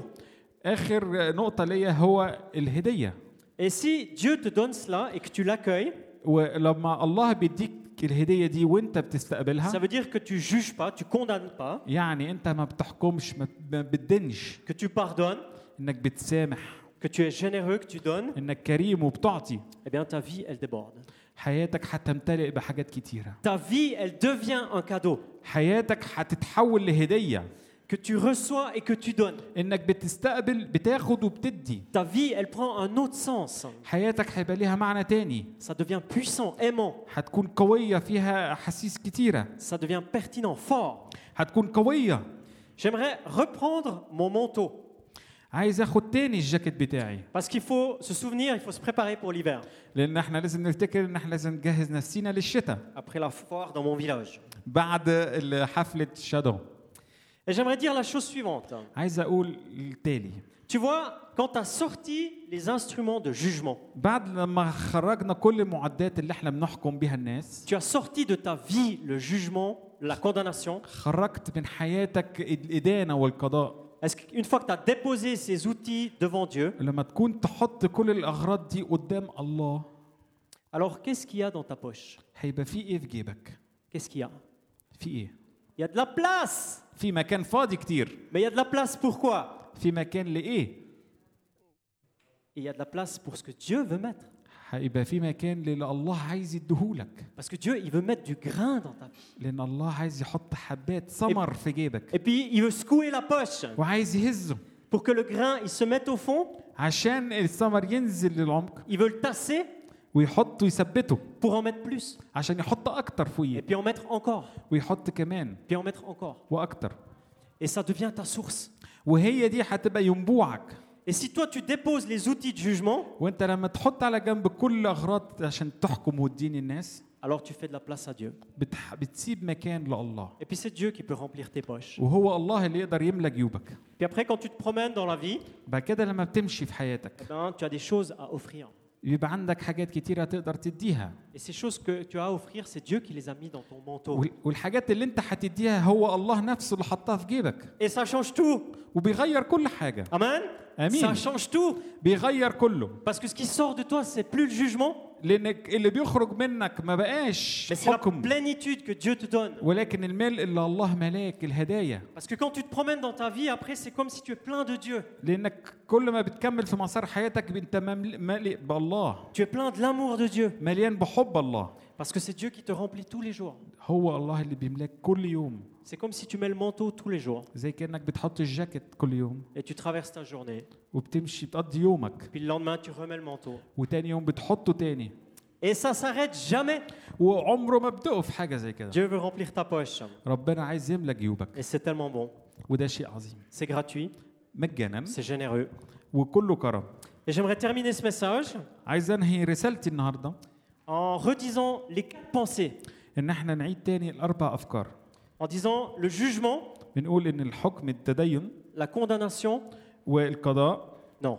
S2: آخر نقطة ليا هو الهدية
S1: Et si Dieu te donne cela et que tu l'accueilles,
S2: ولما الله بيديك الهدية دي وانت
S1: ça
S2: بتستقبلها
S1: veut dire que tu juges pas, tu condamnes pas,
S2: يعني انت ما بتحكمش ما ما بتدنش
S1: que tu pardonnes,
S2: انك بتسامح
S1: que tu es généreux, que tu donnes,
S2: انك كريم وبتعطي
S1: eh bien ta vie, elle déborde.
S2: حياتك هتمتلئ بحاجات كتيرة
S1: Ta vie, elle devient un cadeau
S2: حياتك هتتحول لهدية
S1: que tu reçois et que tu donnes.
S2: انك بتستقبل بتاخد وبتدي
S1: Ta vie, elle prend un autre sens.
S2: حياتك هيبقى ليها معنى تاني
S1: Ça devient puissant, aimant.
S2: هتكون قوية فيها أحاسيس كتيرة
S1: ça devient pertinent, fort.
S2: هتكون قوية
S1: J'aimerais reprendre mon manteau.
S2: عايز اخد تاني الجاكيت بتاعي
S1: Parce qu'il faut se souvenir, il faut se préparer pour l'hiver.
S2: لان احنا لازم نفتكر ان احنا لازم نجهز نفسينا للشتاء
S1: Après la foire dans mon village.
S2: بعد ال- حفلة شادو
S1: Et j'aimerais dire la chose suivante.
S2: عايز اقول التالي
S1: Tu vois, quand tu as sorti les instruments de jugement,
S2: بعد لما خرجنا كل المعدات اللي احنا بنحكم بيها الناس
S1: tu as sorti de ta vie le jugement, la condamnation.
S2: خرجت من حياتك الإدانة والقضاء
S1: Est-ce qu'une fois que tu as déposé ces outils devant Dieu,
S2: لما تكون تحط كل الأغراض دي قدام الله
S1: alors qu'est-ce qu'il y a dans ta poche
S2: هيبقى في ايه في جيبك
S1: Qu'est-ce qu'il y a
S2: في ايه
S1: Il y a de la place
S2: في مكان فاضي كتير
S1: Mais il y a de la place pour quoi
S2: في مكان لايه
S1: Et Il y a de la place pour ce que Dieu veut mettre.
S2: هيبقى في مكان للي الله عايز يديهولك
S1: Parce que Dieu, il veut mettre du grain dans ta vie.
S2: لان الله عايز يحط حبات ثمر في جيبك
S1: Et puis il veut secouer la poche
S2: وعايز يهزه
S1: pour que le grain il se mette au fond.
S2: عشان الثمر ينزل للعمق
S1: Il veut le tasser
S2: ويحطه يثبته
S1: pour en mettre plus.
S2: عشان يحط اكتر
S1: Et
S2: فوقيه
S1: puis en mettre encore.
S2: ويحط كمان
S1: Puis en mettre encore.
S2: واكتر
S1: Et ça devient ta source.
S2: وهي دي هتبقى ينبوعك
S1: Et si toi tu déposes les outils de jugement,
S2: وانت لما تحط على جنب كل الاغراض عشان تحكم وتدين الناس
S1: alors tu fais de la place à Dieu.
S2: بتح... بتسيب مكان لله
S1: Et puis c'est Dieu qui peut remplir tes poches.
S2: وهو الله اللي يقدر يملى جيوبك
S1: Puis après quand tu te promènes dans la vie,
S2: بعد كده لما بتمشي في حياتك
S1: eh ben, tu as des choses à offrir.
S2: بيبقى عندك حاجات كتيرة تقدر تديها
S1: Et ces choses que tu as à offrir, c'est Dieu qui les a mis dans ton manteau.
S2: وال- والحاجات اللي انت هتديها هو الله نفسه اللي حطها في جيبك
S1: Et ça change tout.
S2: وبيغير كل حاجة
S1: Amen. Ça
S2: امين
S1: change tout.
S2: بيغير كله
S1: Parce que ce qui sort de toi, c'est plus le jugement,
S2: لانك اللي بيخرج منك ما بقاش
S1: mais c'est la
S2: حكم
S1: plénitude que Dieu te donne.
S2: ولكن الملء اللي الله ملاك الهدايا
S1: Parce que quand tu te promènes dans ta vie, après, c'est comme si tu es plein de Dieu.
S2: لانك كل ما بتكمل في مسار حياتك انت ممل- مليء بالله
S1: Tu es plein de l'amour de Dieu.
S2: مليان بحب الله
S1: Parce que c'est Dieu qui te remplit tous les jours.
S2: هو الله اللي بيملاك كل يوم
S1: C'est comme si tu mets le manteau tous les jours
S2: زي كانك بتحط الجاكيت كل يوم
S1: et tu traverses ta journée.
S2: وبتمشي بتقضي يومك
S1: Puis le lendemain, tu remets le manteau.
S2: وتاني يوم بتحطه تاني
S1: Et ça s'arrête jamais.
S2: وعمره ما بتقف حاجه زي كده
S1: Dieu veut remplir ta poche.
S2: ربنا عايز يملى جيوبك
S1: Et c'est tellement bon.
S2: وده شيء عظيم
S1: C'est gratuit,
S2: مجانا
S1: c'est généreux.
S2: وكله كرم
S1: Et j'aimerais terminer ce message
S2: عايز انهي رسالتي النهارده
S1: en redisant les quatre pensées.
S2: ان احنا نعيد تاني الاربع افكار
S1: En disant le jugement,
S2: بنقول ان الحكم التدين
S1: la condamnation.
S2: والقضاء
S1: Non,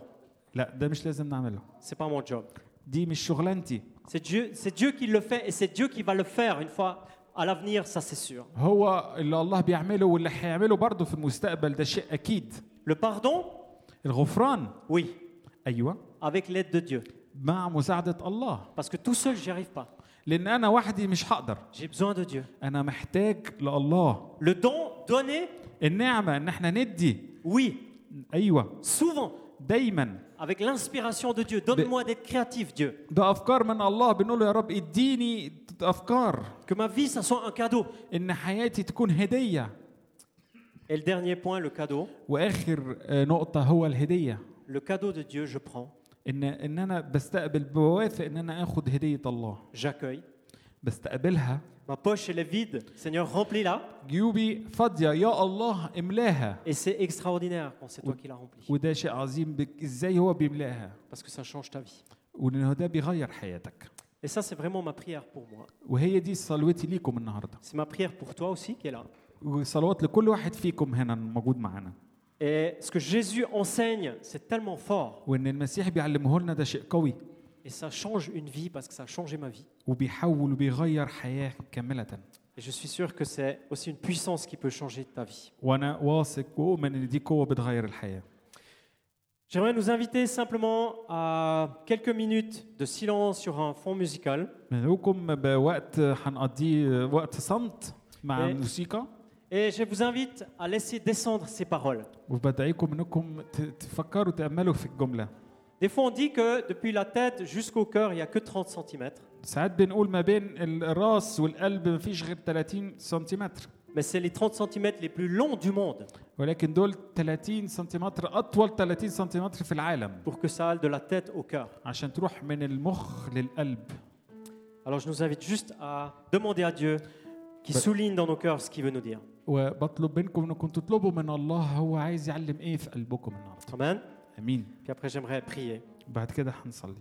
S2: لا ده مش لازم نعمله
S1: c'est pas mon job.
S2: دي مش شغلانتي
S1: C'est Dieu, c'est Dieu qui le fait et c'est Dieu qui va le faire une fois à l'avenir, ça c'est sûr.
S2: هو اللي الله بيعمله واللي هيعمله برضه في المستقبل ده شيء اكيد
S1: Le pardon,
S2: الغفران
S1: oui,
S2: ايوه
S1: avec l'aide de Dieu.
S2: مع مساعده الله
S1: Parce que tout seul, j'y arrive pas.
S2: لان انا وحدي مش هقدر
S1: J'ai besoin de Dieu.
S2: انا محتاج لله
S1: Le don donné,
S2: النعمه ان احنا ندي
S1: oui,
S2: ايوه
S1: souvent,
S2: دايما
S1: avec l'inspiration de Dieu. Donne-moi d'être créatif, Dieu.
S2: ده افكار من الله بنقول له يا رب اديني افكار
S1: Que ma vie, ça soit un cadeau.
S2: ان حياتي تكون هديه
S1: Et le dernier point, le cadeau.
S2: واخر آه، نقطه هو الهديه
S1: Le cadeau de Dieu, je prends,
S2: ان ان انا بستقبل بوافق ان انا اخد هديه الله
S1: j'accueille.
S2: بستقبلها
S1: Ma poche, elle est vide. Seigneur, remplis-la.
S2: جيوبي فاضيه يا الله املاها
S1: Et c'est extraordinaire quand c'est toi qui la remplis.
S2: وده شيء عظيم بك ازاي هو بيملاها
S1: Parce que ça change ta vie.
S2: وانه ده بيغير حياتك
S1: Et ça, c'est vraiment ma prière pour moi.
S2: وهي دي صلوتي ليكم النهارده
S1: C'est ma prière pour toi aussi qui est là.
S2: وصلوات لكل واحد فيكم هنا موجود معانا
S1: Et ce que Jésus enseigne, c'est tellement fort.
S2: وان المسيح بيعلمه لنا ده شيء قوي
S1: Et ça change une vie parce que ça a changé ma vie.
S2: وبيحول وبيغير حياه كامله
S1: Et je suis sûr que c'est aussi une puissance qui peut changer ta vie.
S2: وانا واثق واؤمن ان دي قوه بتغير الحياه
S1: J'aimerais nous inviter simplement à quelques minutes de silence sur un fond musical.
S2: منوكم بوقت هنقضيه وقت صمت مع
S1: إيه.
S2: الموسيقى
S1: Et je vous invite à laisser descendre ces paroles.
S2: وبدعيكم انكم ت- تفكروا تاملوا في الجمله
S1: Des fois, on dit que depuis la tête jusqu'au cœur, il n'y a que 30 cm.
S2: ساعات بنقول ما بين الراس والقلب مفيش غير 30 سنتيمتر
S1: Mais c'est les 30 cm les plus longs du monde
S2: ولكن دول 30 سنتيمتر اطول 30 سنتيمتر في العالم
S1: pour que ça aille de la tête au cœur.
S2: عشان تروح من المخ للقلب
S1: Alors je nous invite juste à demander à Dieu qui
S2: Ouais.
S1: souligne dans nos cœurs ce qu'il veut nous dire.
S2: وبطلب منكم انكم تطلبوا من الله هو عايز يعلم ايه في قلبكم النهارده
S1: Amen.
S2: امين
S1: Puis après, j'aimerais prier.
S2: بعد كده هنصلي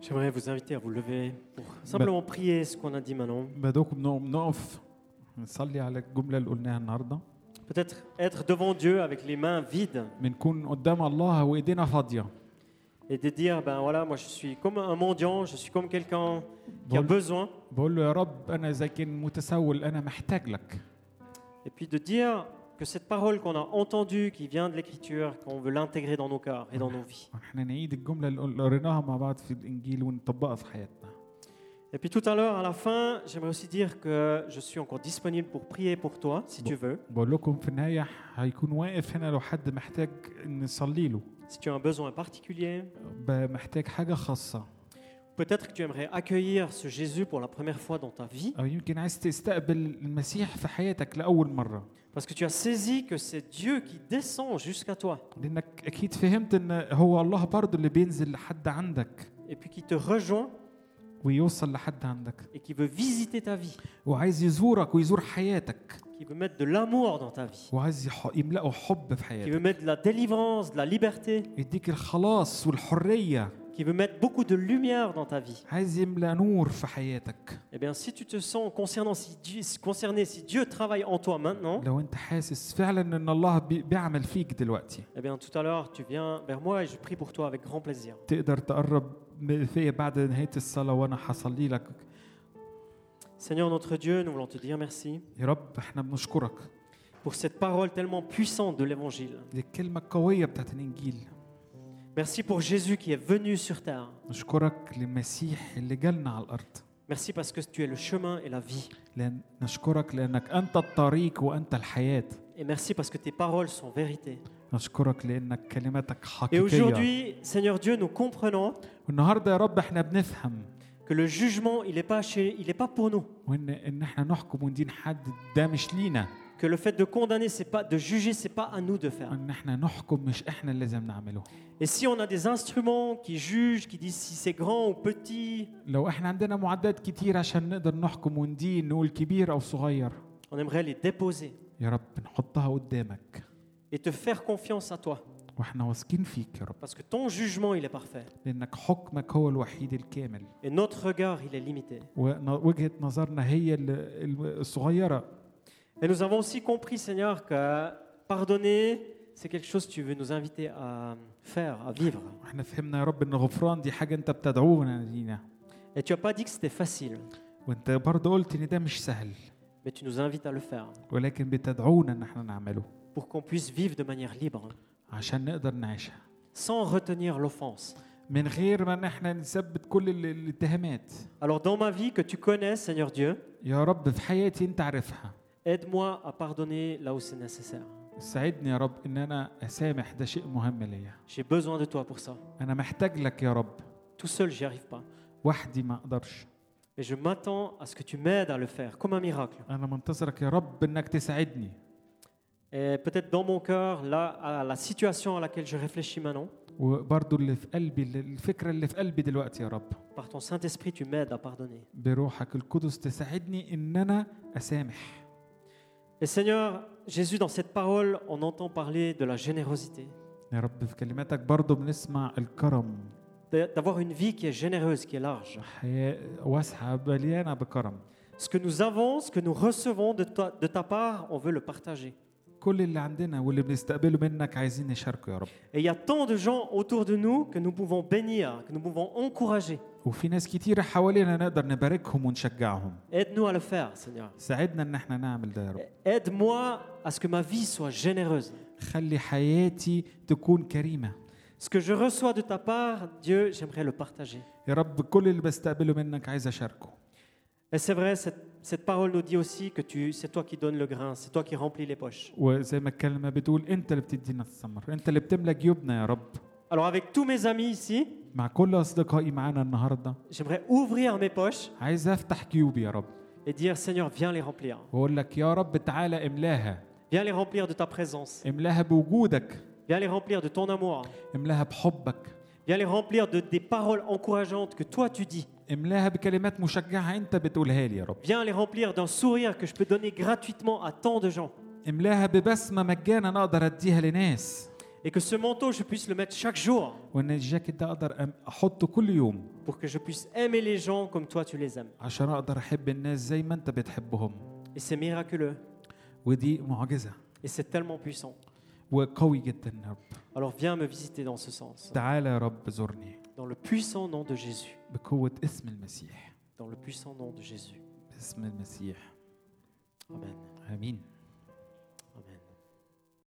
S1: J'aimerais vous inviter à vous lever pour simplement prier ce qu'on a dit maintenant.
S2: بدوكم نقوم نقف نصلي على الجمله اللي قلناها النهارده
S1: Peut-être être devant Dieu avec les mains vides
S2: بنكون قدام الله وايدينا فاضيه
S1: et de dire ben voilà, moi je suis comme un mendiant, je suis comme quelqu'un qui a
S2: Bon.
S1: besoin.
S2: بقول له يا رب انا زي كان متسول انا محتاج لك
S1: Et puis de dire que cette parole qu'on a entendue, qui vient de l'Écriture, qu'on veut l'intégrer dans nos cœurs et dans nos vies.
S2: احنا نعيد الجمله اللي قل- قريناها مع بعض في الانجيل ونطبقها في حياتنا
S1: Et puis tout à l'heure, à la fin, j'aimerais aussi dire que je suis encore disponible pour prier pour toi, si tu veux,
S2: بقول لكم في النهاية هيكون واقف هنا لو حد محتاج نصلي له
S1: si tu as un besoin particulier.
S2: ب- محتاج حاجة خاصة
S1: Peut-être que tu aimerais accueillir ce Jésus pour la première fois dans ta vie,
S2: أو يمكن عايز تستقبل المسيح في حياتك لأول مرة
S1: parce que tu as saisi que c'est Dieu qui descend jusqu'à toi,
S2: لأنك أكيد فهمت إن هو الله برضه اللي بينزل لحد عندك
S1: et puis qui te rejoint
S2: ويوصل لحد عندك
S1: et qui veut visiter ta vie,
S2: وعايز يزورك ويزور حياتك
S1: qui veut mettre de l'amour dans ta vie,
S2: وعايز يح- يملأه حب في
S1: qui
S2: حياتك
S1: veut mettre de la délivrance, de la liberté,
S2: يديك الخلاص والحرية
S1: qui veut mettre beaucoup de lumière dans ta vie.
S2: عايز يملأ نور في حياتك
S1: Eh bien, si tu te sens concernant si Dieu, concerné, si Dieu travaille en toi maintenant,
S2: لو انت حاسس فعلا ان الله بي- بيعمل فيك دلوقتي
S1: eh bien, tout à l'heure, tu viens vers moi et je prie pour toi avec grand plaisir.
S2: تقدر تقرب م- فيا بعد نهاية الصلاة وانا هصلي لك
S1: Seigneur notre Dieu, nous voulons te dire merci
S2: يا رب احنا بنشكرك
S1: pour cette parole tellement puissante de l'Évangile.
S2: دي الكلمة القوية بتاعت الانجيل
S1: Merci pour Jésus qui est venu sur terre.
S2: نشكرك للمسيح اللي جالنا على الارض
S1: Merci parce que tu es le chemin et la vie.
S2: لأن نشكرك لانك انت الطريق وانت الحياة
S1: Et merci parce que tes paroles sont vérité.
S2: نشكرك لانك كلماتك
S1: Et
S2: حقيقية
S1: aujourd'hui, Seigneur Dieu, nous comprenons
S2: والنهاردة يا رب احنا بنفهم
S1: que le jugement, il n'est pas, chez- il est pas pour nous.
S2: وان ان احنا نحكم وندين حد ده مش لينا
S1: Que le fait de condamner, c'est pas de juger, c'est pas à nous de faire.
S2: ان احنا نحكم مش احنا اللي لازم نعمله
S1: Et si on a des instruments qui jugent, qui disent si c'est grand ou petit,
S2: لو احنا عندنا معدات كتير عشان نقدر نحكم وندين نقول كبير او صغير
S1: on aimerait les déposer
S2: يا رب نحطها قدامك
S1: et te faire confiance à toi.
S2: واحنا واثقين فيك يا رب
S1: Parce que ton jugement, il est parfait.
S2: لانك حكمك هو الوحيد الكامل
S1: Et notre regard, il est limité.
S2: ووجهه نظرنا هي ال- ال- الصغيره
S1: Et nous avons aussi compris, Seigneur, que pardonner, c'est quelque chose que tu veux nous inviter à faire, à vivre.
S2: واحنا فهمنا يا رب ان غفران دي حاجه انت بتدعونا لينا
S1: Et tu n'as pas dit que c'était facile,
S2: وانت برضه قلت ان ده مش سهل
S1: mais tu nous invites à le faire
S2: ولكن بتدعونا ان احنا نعمله
S1: pour qu'on puisse vivre de manière libre,
S2: عشان نقدر نعيشها
S1: sans retenir l'offense.
S2: من غير ما ان احنا نثبت كل ال- الاتهامات
S1: Alors dans ma vie que tu connais, Seigneur Dieu,
S2: يا رب في حياتي انت عارفها
S1: aide-moi à pardonner là où c'est nécessaire.
S2: ساعدني يا رب ان انا اسامح ده شيء مهم ليا
S1: J'ai besoin de toi pour ça.
S2: انا محتاج لك يا رب
S1: Tout seul, j'y arrive pas.
S2: وحدي ما اقدرش
S1: Mais je m'attends à ce que tu m'aides à le faire, comme un miracle.
S2: انا منتظرك يا رب انك تساعدني
S1: Et peut-être dans mon cœur, là, à la situation à laquelle je réfléchis maintenant,
S2: وبرضو اللي في قلبي اللي- الفكره اللي في قلبي دلوقتي يا رب
S1: par ton Saint-Esprit, tu m'aides à pardonner.
S2: بروحك القدس تساعدني ان انا اسامح
S1: Et Seigneur, Jésus, dans cette parole, on entend parler de la générosité,
S2: يا رب في كلماتك برضو بنسمع الكرم
S1: d'a- d'avoir une vie qui est généreuse, qui est large.
S2: حياه واسعه مليانه بكرم
S1: Ce que nous avons, ce que nous recevons de ta, de ta part, on veut le partager.
S2: كل اللي عندنا واللي بنستقبله منك عايزين نشاركه يا رب
S1: Et il y a tant de gens autour de nous que nous pouvons bénir, que nous pouvons encourager.
S2: وفي ناس كتيرة حوالينا نقدر نباركهم ونشجعهم
S1: Aide-nous à le faire, Seigneur.
S2: ساعدنا ان احنا نعمل ده يا رب
S1: Aide-moi à ce que ma vie soit généreuse.
S2: خلي حياتي تكون كريمة
S1: Ce que je reçois de ta part, Dieu, j'aimerais le partager.
S2: يا رب كل اللي بستقبله منك عايز اشاركه
S1: Et c'est vrai, cette, cette parole nous dit aussi que tu, c'est toi qui donnes le grain, c'est toi qui remplis les poches.
S2: وزي ما الكلمة بتقول انت اللي بتدينا الثمر انت اللي بتملى جيوبنا يا رب
S1: Alors avec tous mes amis ici,
S2: مع كل اصدقائي معانا النهاردة
S1: j'aimerais ouvrir mes poches
S2: عايز افتح جيوبي يا رب
S1: et dire Seigneur, viens les remplir.
S2: واقول لك يا رب تعالى املاها
S1: Viens les remplir de ta présence.
S2: املاها بوجودك
S1: Viens les remplir de ton amour.
S2: املاها بحبك
S1: Viens les remplir de des paroles encourageantes que toi tu dis.
S2: املاها بكلمات مشجعة انت بتقولها لي يا رب
S1: Viens les remplir d'un sourire que je peux donner gratuitement à tant de gens.
S2: املاها ببسمة مجانا اقدر اديها لناس
S1: Et que ce manteau, je puisse le mettre chaque jour
S2: وان الجاكيت ده اقدر أم- احطه كل يوم
S1: pour que je puisse aimer les gens comme toi tu les aimes.
S2: عشان اقدر احب الناس زي ما انت بتحبهم
S1: Et c'est miraculeux.
S2: ودي معجزه
S1: Et c'est tellement puissant.
S2: وقوي جدا يا رب
S1: Alors viens me visiter dans ce sens.
S2: تعالى يا رب زورني
S1: Dans le puissant nom de Jésus.
S2: بقوه اسم المسيح
S1: Dans le puissant nom de Jésus.
S2: باسم المسيح
S1: Amen.
S2: امين